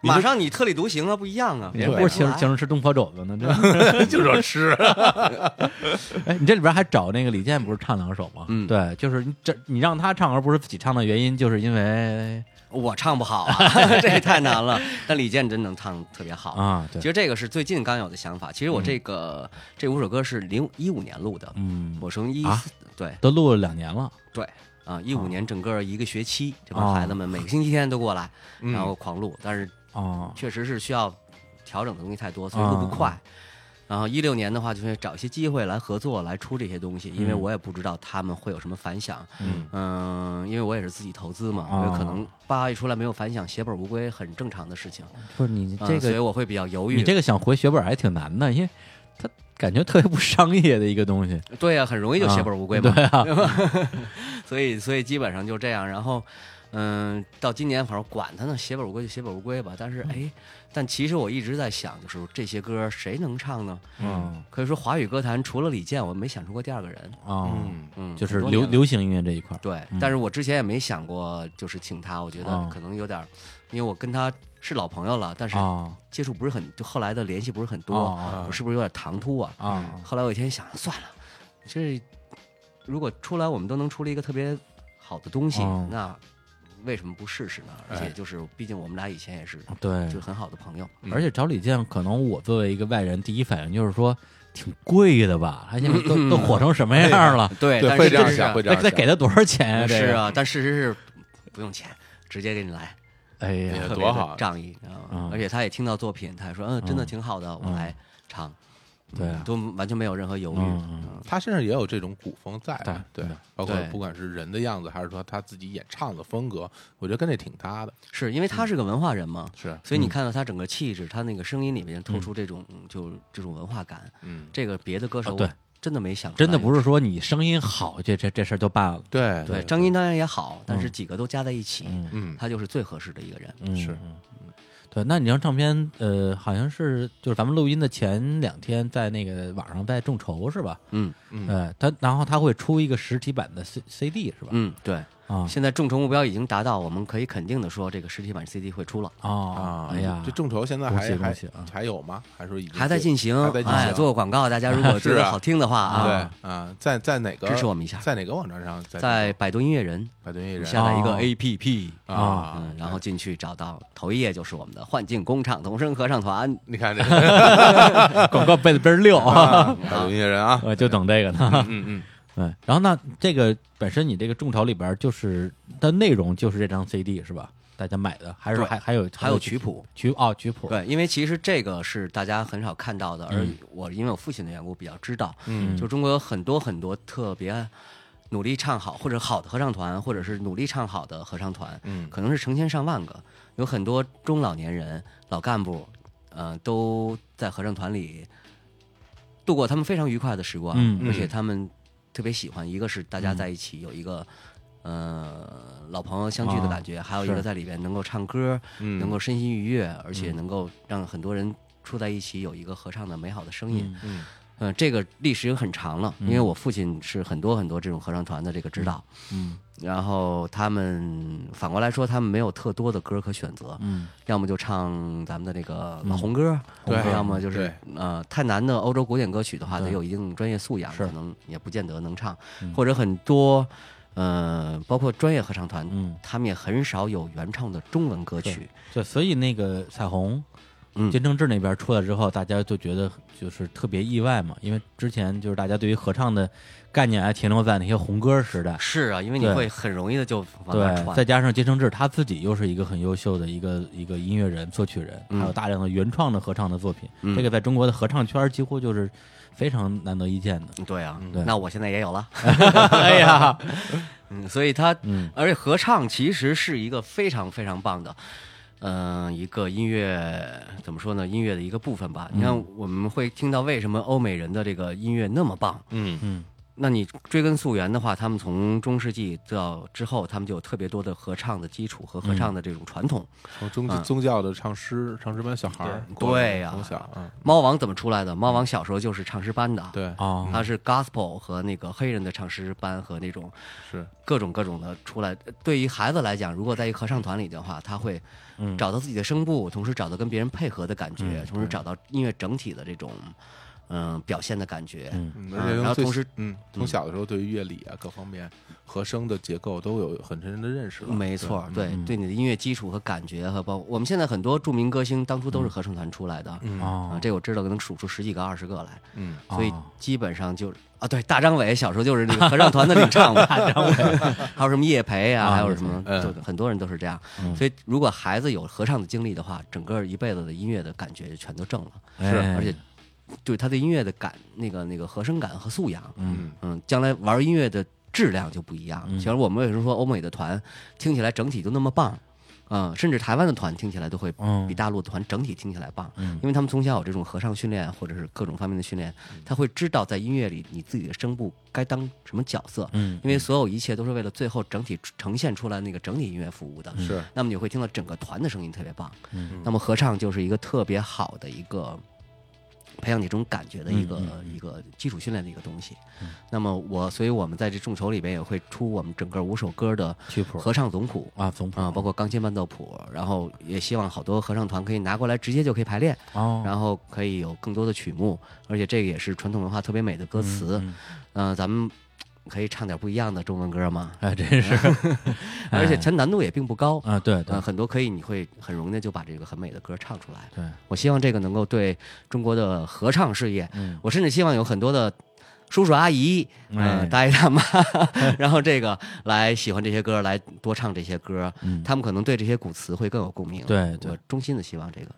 马上你特立独行啊，不一样啊！
也
背
不是
出
请
来
请人吃东坡肘子呢，这。
就说吃，
哎，你这里边还找那个李健不是唱两首吗？
嗯
对，就是你这你让他唱而不是自己唱的原因，就是因为
我唱不好 啊，这也太难了。但李健真能唱特别好。
啊，
其
对，
实这个是最近刚有的想法。其实我这个、这五首歌是零一五年录的，
嗯，
我从一、
啊
对
都录了两年了，
对啊，一五年整个一个学期，这
哦
帮孩子们每个星期天都过来，
嗯
然后狂录。但是
哦，
确实是需要调整的东西太多，所以录不快。然后一六年的话，就是找一些机会来合作，来出这些东西，因为
嗯
我也不知道他们会有什么反响。
嗯
嗯，因为我也是自己投资嘛，
哦
我有可能八一出来没有反响，血本无归很正常的事情。
不是你
嗯
这
所以
个、
我会比较犹豫。
你这个想回血本还挺难的，因为他感觉特别不商业的一个东西，
对啊呀、很容易就血本无归嘛。
啊对啊，
所以所以基本上就这样。然后，嗯，到今年反正管他呢，血本无归就血本无归吧。但
嗯
是哎，但其实我一直在想，就是这些歌谁能唱呢？
嗯
可以说华语歌坛除了李健，我没想出过第二个人。
哦，
嗯，
嗯，
就是
很多
流
年了
流行音乐这一块儿，
对，但是我之前也没想过，就是请他，我觉
哦
得可能有点儿，因为我跟他是老朋友了，但是
啊
接触不是很，就后来的联系不是很多，
哦
我是不是有点唐突啊？
啊，
后来我有一天想，算了，这如果出来我们都能出了一个特别好的东西，
哦
那为什么不试试呢？而且就是，毕竟我们俩以前也是
对
就是很好的朋友，
而且找李健，可能我作为一个外人，第一反应就是说挺贵的吧？他现在都都火成什么样了？
对
对
但
会
嗯哎是
这样
事实
想，会这
那
样
得
想，
给他多少钱呀？
是
这个，
啊，但事实是不用钱，直接给你来，
哎呀
哎，
特
多
别的
好
仗义
嗯
啊！而且他也听到作品，他也说，嗯，真的挺好的，我来唱，嗯
对啊
都完全没有任何犹豫，
嗯嗯
嗯
他身上也有这种古风在啊
对，
对
对，
包括
对
不管是人的样子，还是说他自己演唱的风格，我觉得跟这挺搭的，
是因为他是个文化人嘛，
是，嗯
所以你看到他整个气质，他那个声音里面透出这种就这种文化感，
嗯，
这个别的歌手
啊对
真的没想出来，
真的不是说你声音好，这这这事儿就办了。
对
对张音当然也好，但是几个都加在一起，
嗯
他就是最合适的一个人。
嗯
是，
嗯对。那你张唱片，呃，好像是就是咱们录音的前两天，在那个网上在众筹是吧？
嗯
呃，他然后他会出一个实体版的 C C D 是吧？
嗯，对，
啊
现在众筹目标已经达到，我们可以肯定的说，这个实体版 CD 会出了。
哦
啊，，
哎呀
这，众筹现在
恭
还
喜
还
恭喜啊
还有吗？还说已经
还在进行，
还在进行
哎，做个广告，大家如果
是
觉得
啊
好听的话啊，
对啊，在在哪个
支持我们一下
在哪个网站上？
在百度音乐人
百度音乐人
下载一个
哦
APP，
啊
嗯，然后进去找到头一页就是我们的幻境工厂童声合唱团，
你看这个
啊广告背的倍儿溜，
啊百度音乐人啊，
我呃就等这个呢。
嗯嗯，
嗯，然后那这个本身你这个众筹里边儿就是它内容就是这张 CD 是吧？大家买的，还是
对
还还有
还有曲谱，
曲哦曲谱，
对，因为其实这个是大家很少看到的，而
嗯
我因为我父亲的缘故比较知道，
嗯
就中国有很多很多特别努力唱好或者好的合唱团，或者是努力唱好的合唱团，
嗯
可能是成千上万个，有很多中老年人、老干部，呃，都在合唱团里度过他们非常愉快的时光，
嗯
而且
嗯
他们特别喜欢，一个是大家在一起有一个。呃，老朋友相聚的感觉，还有一
是
个在里边能够唱歌，
啊嗯，
能够身心愉悦，而且
嗯
能够让很多人处在一起，有一个合唱的美好的声音。
嗯
嗯
嗯、这个历史很长了，因为我父亲是很多很多这种合唱团的这个指导，
嗯
然后他们反过来说，他们没有特多的歌可选择，
嗯
要么就唱咱们的这个老红歌，
对
要么就是
对
呃太难的欧洲古典歌曲的话，
对
得有一定专业素养，
是
可能也不见得能唱，
嗯
或者很多呃包括专业合唱团，
嗯，
他们也很少有原唱的中文歌曲。
对，所以那个彩虹，
嗯
金正志那边出来之后，大家就觉得就是特别意外嘛，因为之前就是大家对于合唱的概念还停留在那些红歌时代，
是啊，因为你
对
会很容易的就往那
对，
传。
再加上金承志他自己又是一个很优秀的一个一个音乐人、作曲人，还
嗯
有大量的原创的合唱的作品，
嗯
这个在中国的合唱圈儿几乎就是非常难得一 见的。
对啊，
对
那我现在也有了，
哎呀，
嗯，所以他，
嗯
而且合唱其实是一个非常非常棒的，嗯、一个音乐怎么说呢？音乐的一个部分吧。你看，我们会听到为什么欧美人的这个音乐那么棒？
嗯
嗯
那你追根溯源的话，他们从中世纪到之后，他们就有特别多的合唱的基础和合唱的这种传统。
从宗
嗯
宗教的唱诗唱诗班小孩儿
对
过来的
对呀
从小嗯
猫王怎么出来的？猫王小时候就是唱诗班的，，啊
对
哦，
他是 gospel 和那个黑人的唱诗班和那种
是嗯
各种各种的出来。对于孩子来讲，如果在一个合唱团里的话，他会
嗯
找到自己的声部，同时找到跟别人配合的感觉，同时找到音乐整体的这种嗯、表现的感觉。
嗯
嗯，
嗯
而且
然后
最
同时
嗯，从小的时候对于乐理啊各方面和声的结构都有很深的认识了，
嗯没错，
对
对、
嗯
对你的音乐基础和感觉和包括我们现在很多著名歌星当
嗯
初都是合唱团出来的。
嗯
哦
啊，，这我知道，能数出十几个、二十个来，
嗯
所以
哦
基本上就啊，对，大张伟小时候就是那个合唱团的领唱嘛，大张伟， 还有什么叶培啊，
啊
还有什么，
培嗯
就很多人都是这样。所以如果孩子有合唱的经历的话，整个一辈子的音乐的感觉就全都正了，
是哎
而且对他的音乐的感那个那个和声感和素养，
嗯
嗯，将来玩音乐的质量就不一样。其实我们为什么说欧美的团听起来整体就那么棒？嗯，甚至台湾的团听起来都会
嗯
比大陆的团整体听起来棒，因为他们从小有这种合唱训练啊或者是各种方面的训练，他会知道在音乐里你自己的声部该当什么角色，
嗯
因为所有一切都是为了最后整体呈现出来那个整体音乐服务的。
是
那么你会听到整个团的声音特别棒。
嗯
那么合唱就是一个特别好的一个培养你这种感觉的一个、
嗯
一个基础训练的一个东西。那么我，所以我们在这众筹里边也会出我们整个五首歌的
曲谱
合唱总谱。
啊，总谱
啊、包括钢琴伴奏谱，然后也希望好多合唱团可以拿过来直接就可以排练，
哦，
然后可以有更多的曲目，而且这个也是传统文化特别美的歌词。嗯
嗯
咱们可以唱点不一样的中文歌吗？
哎，真 是
嗯而且它难度也并不高，
哎啊，对对
呃，很多可以你会很容易的就把这个很美的歌唱出来。
对，
我希望这个能够对中国的合唱事业，
嗯
我甚至希望有很多的叔叔阿姨，
哎
呃，大爷 大妈，然后这个来喜欢这些歌，来多唱这些歌，
嗯
他们可能对这些古词会更有共鸣。
对对
我衷心的希望这个。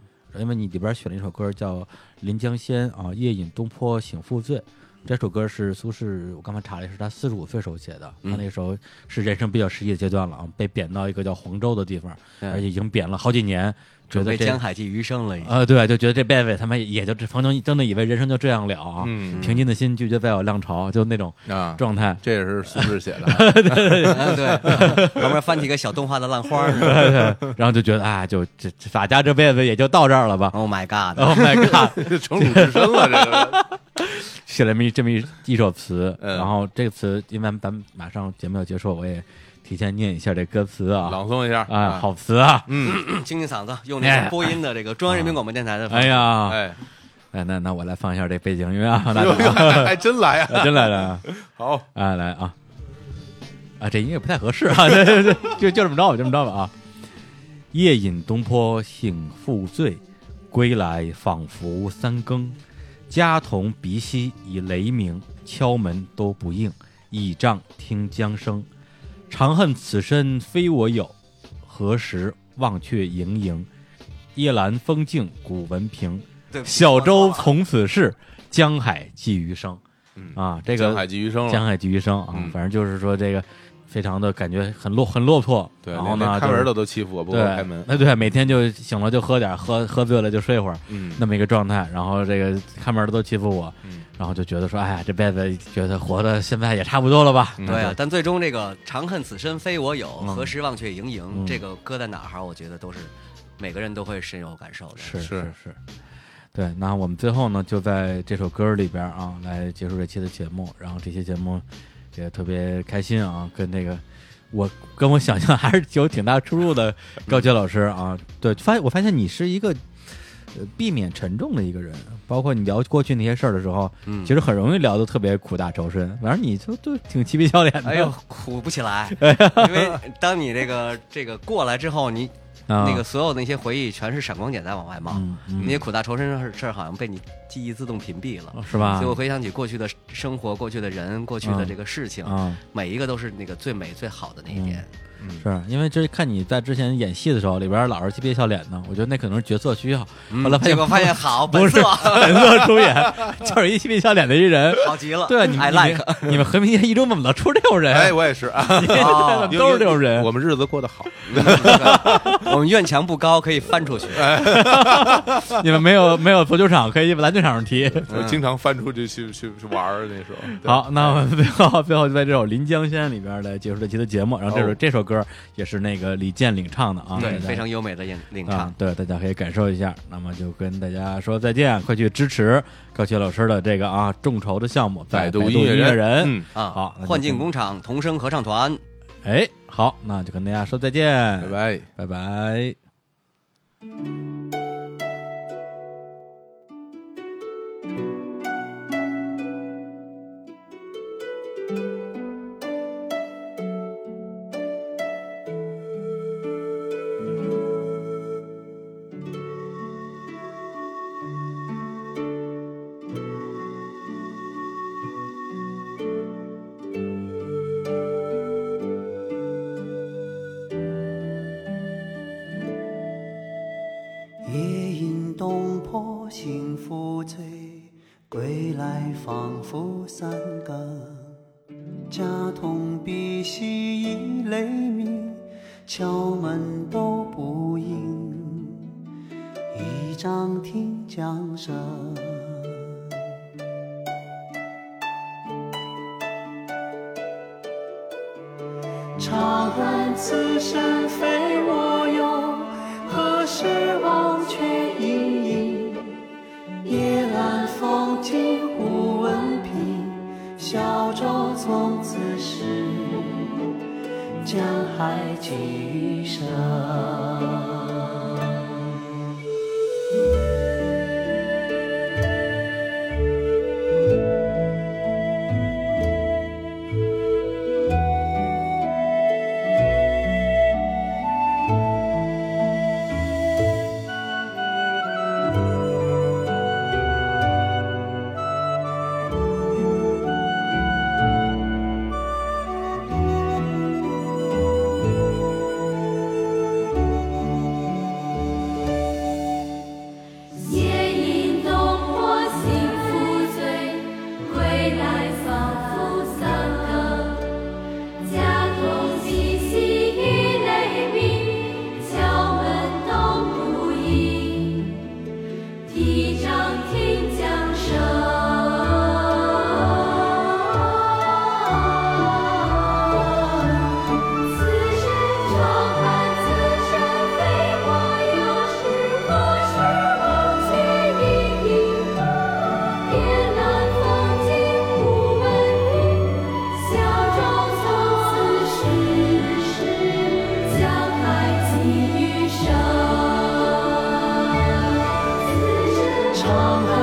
因为你里边选了一首歌叫《临江仙》啊，《夜饮东坡醒复醉》。这首歌是苏轼，我刚才查了，一下，是他四十五岁时候写的。
嗯
他那时候是人生比较失意的阶段了啊，被贬到一个叫黄州的地方，
对
而且已经贬了好几年，觉
准
得
备
这
江海寄余生了已经，
呃，对，就觉得这辈子他妈也就这，曾经真的以为人生就这样了啊，
嗯
平静的心拒绝再有浪潮，就那种
啊，
状态。
这也是苏轼写的，啊
嗯对，旁边翻起个小动画的浪花儿。
对对，然后就觉得啊，就这这法家这辈子也就到这儿了吧。
Oh my god！
Oh my god！
成 鲁
哎
智深了，这 个
写了这么一这么一一首词，
嗯
然后这个词，因为咱们马上节目要结束，我也提前念一下这歌词啊，
朗诵一下
啊，，好词啊，
清清嗓子，用那个播音的这个中央人民广播电台的。
哎，呀，哎，
哎，
那那我来放一下这背景音乐啊，那
哟哟 还真来 啊，
啊真来了啊，
好，
啊，来啊，啊，这音乐不太合适啊，对对对，就就这么着吧，就这么着吧啊。夜饮东坡醒复醉，归来仿佛三更。家童鼻息已雷鸣，敲门都不应，倚杖听江声。长恨此身非我有，何时忘却盈盈。夜阑风静古文平，
对不起
小舟从此逝，江海寄余生。
嗯
啊，这
江
个
海寄余生了，
江海寄余生啊，
嗯
反正就是说这个非常的感觉很落很落魄。
对，
然后
连
呢，
连开
就是
门的都欺负我，不给
对
我开门。
那对，每天就醒了就喝点儿，喝喝醉了就睡会儿，
嗯，
那么一个状态。然后这个看门的都欺负我，
嗯
然后就觉得说，哎呀，这辈子觉得活的现在也差不多了吧？
嗯
对啊，但最终这个“长恨此身非我有，
嗯
何时忘却盈盈”
嗯
这个搁在哪儿哈，我觉得都是每个人都会深有感受的。
是
是
是。对，那我们最后呢，就在这首歌里边啊，来结束这期的节目。然后这期节目也特别开心啊，跟这个我跟我想象还是有挺大出入的。高杰老师啊，对，发我发现你是一个呃避免沉重的一个人，包括你聊过去那些事儿的时候，
嗯
其实很容易聊得特别苦大仇深。反正你就就挺嬉皮笑脸的，啊
哎呦，苦不起来，
哎
因为当你这个这个过来之后，你
啊
那个所有那些回忆全是闪光点在往外冒，
嗯嗯
那些苦大仇深的事儿好像被你记忆自动屏蔽了。
哦是吧
所以？我回想起过去的生活、过去的人、过去的这个事情，
啊，
每一个都是那个最美最好的那一点。
是因为这看你在之前演戏的时候，里边老是嬉皮笑脸的，我觉得那可能是角色需要。后 来发
嗯结
现
果发现好，
不
本
是
色
本色出演， 就是一嬉皮笑脸的一 人。
好极了。
对，你们
I like
你们你们和平街一中怎么老出这种人？
哎，我也是啊，
你看都是这种人
我。们日子过得好，
我们院墙不高，可以翻出去。
你们没有没有足球场可以篮球场上踢。
我经常翻出去去去去玩儿那时候。对
嗯好，那我们最后最后就在这首《临江仙》里边来结束这期的节目。然后这首
哦
这首歌也是那个李健领唱的啊，
对，
大家
非常优美的领领唱
啊。，对，大家可以感受一下。那么就跟大家说再见，快去支持高奇老师的这个啊众筹的项目，在
百
度
度音
音
乐
乐
人
人。
嗯
啊，
好那就
幻境工厂童声合唱团，
哎，好，那就跟大家说再见，
拜，拜。
拜拜。
夜宴東坡前負醉，舉例防苦身更。家童必須以里面，敲門都不應，一張聽江聲。长恨此身非我有，何时忘却盈盈？夜阑风静忽闻平，小舟从此逝，江海寄余生。
夜宴东坡行复醉，归来仿佛三更。家童嬉戏已累鬓，敲门都不应。提杖听江声。此身长恨此身非我有，是何时忘却盈盈？夜阑风静忽闻啼，小舟从此逝，江海寄余生。此身
长恨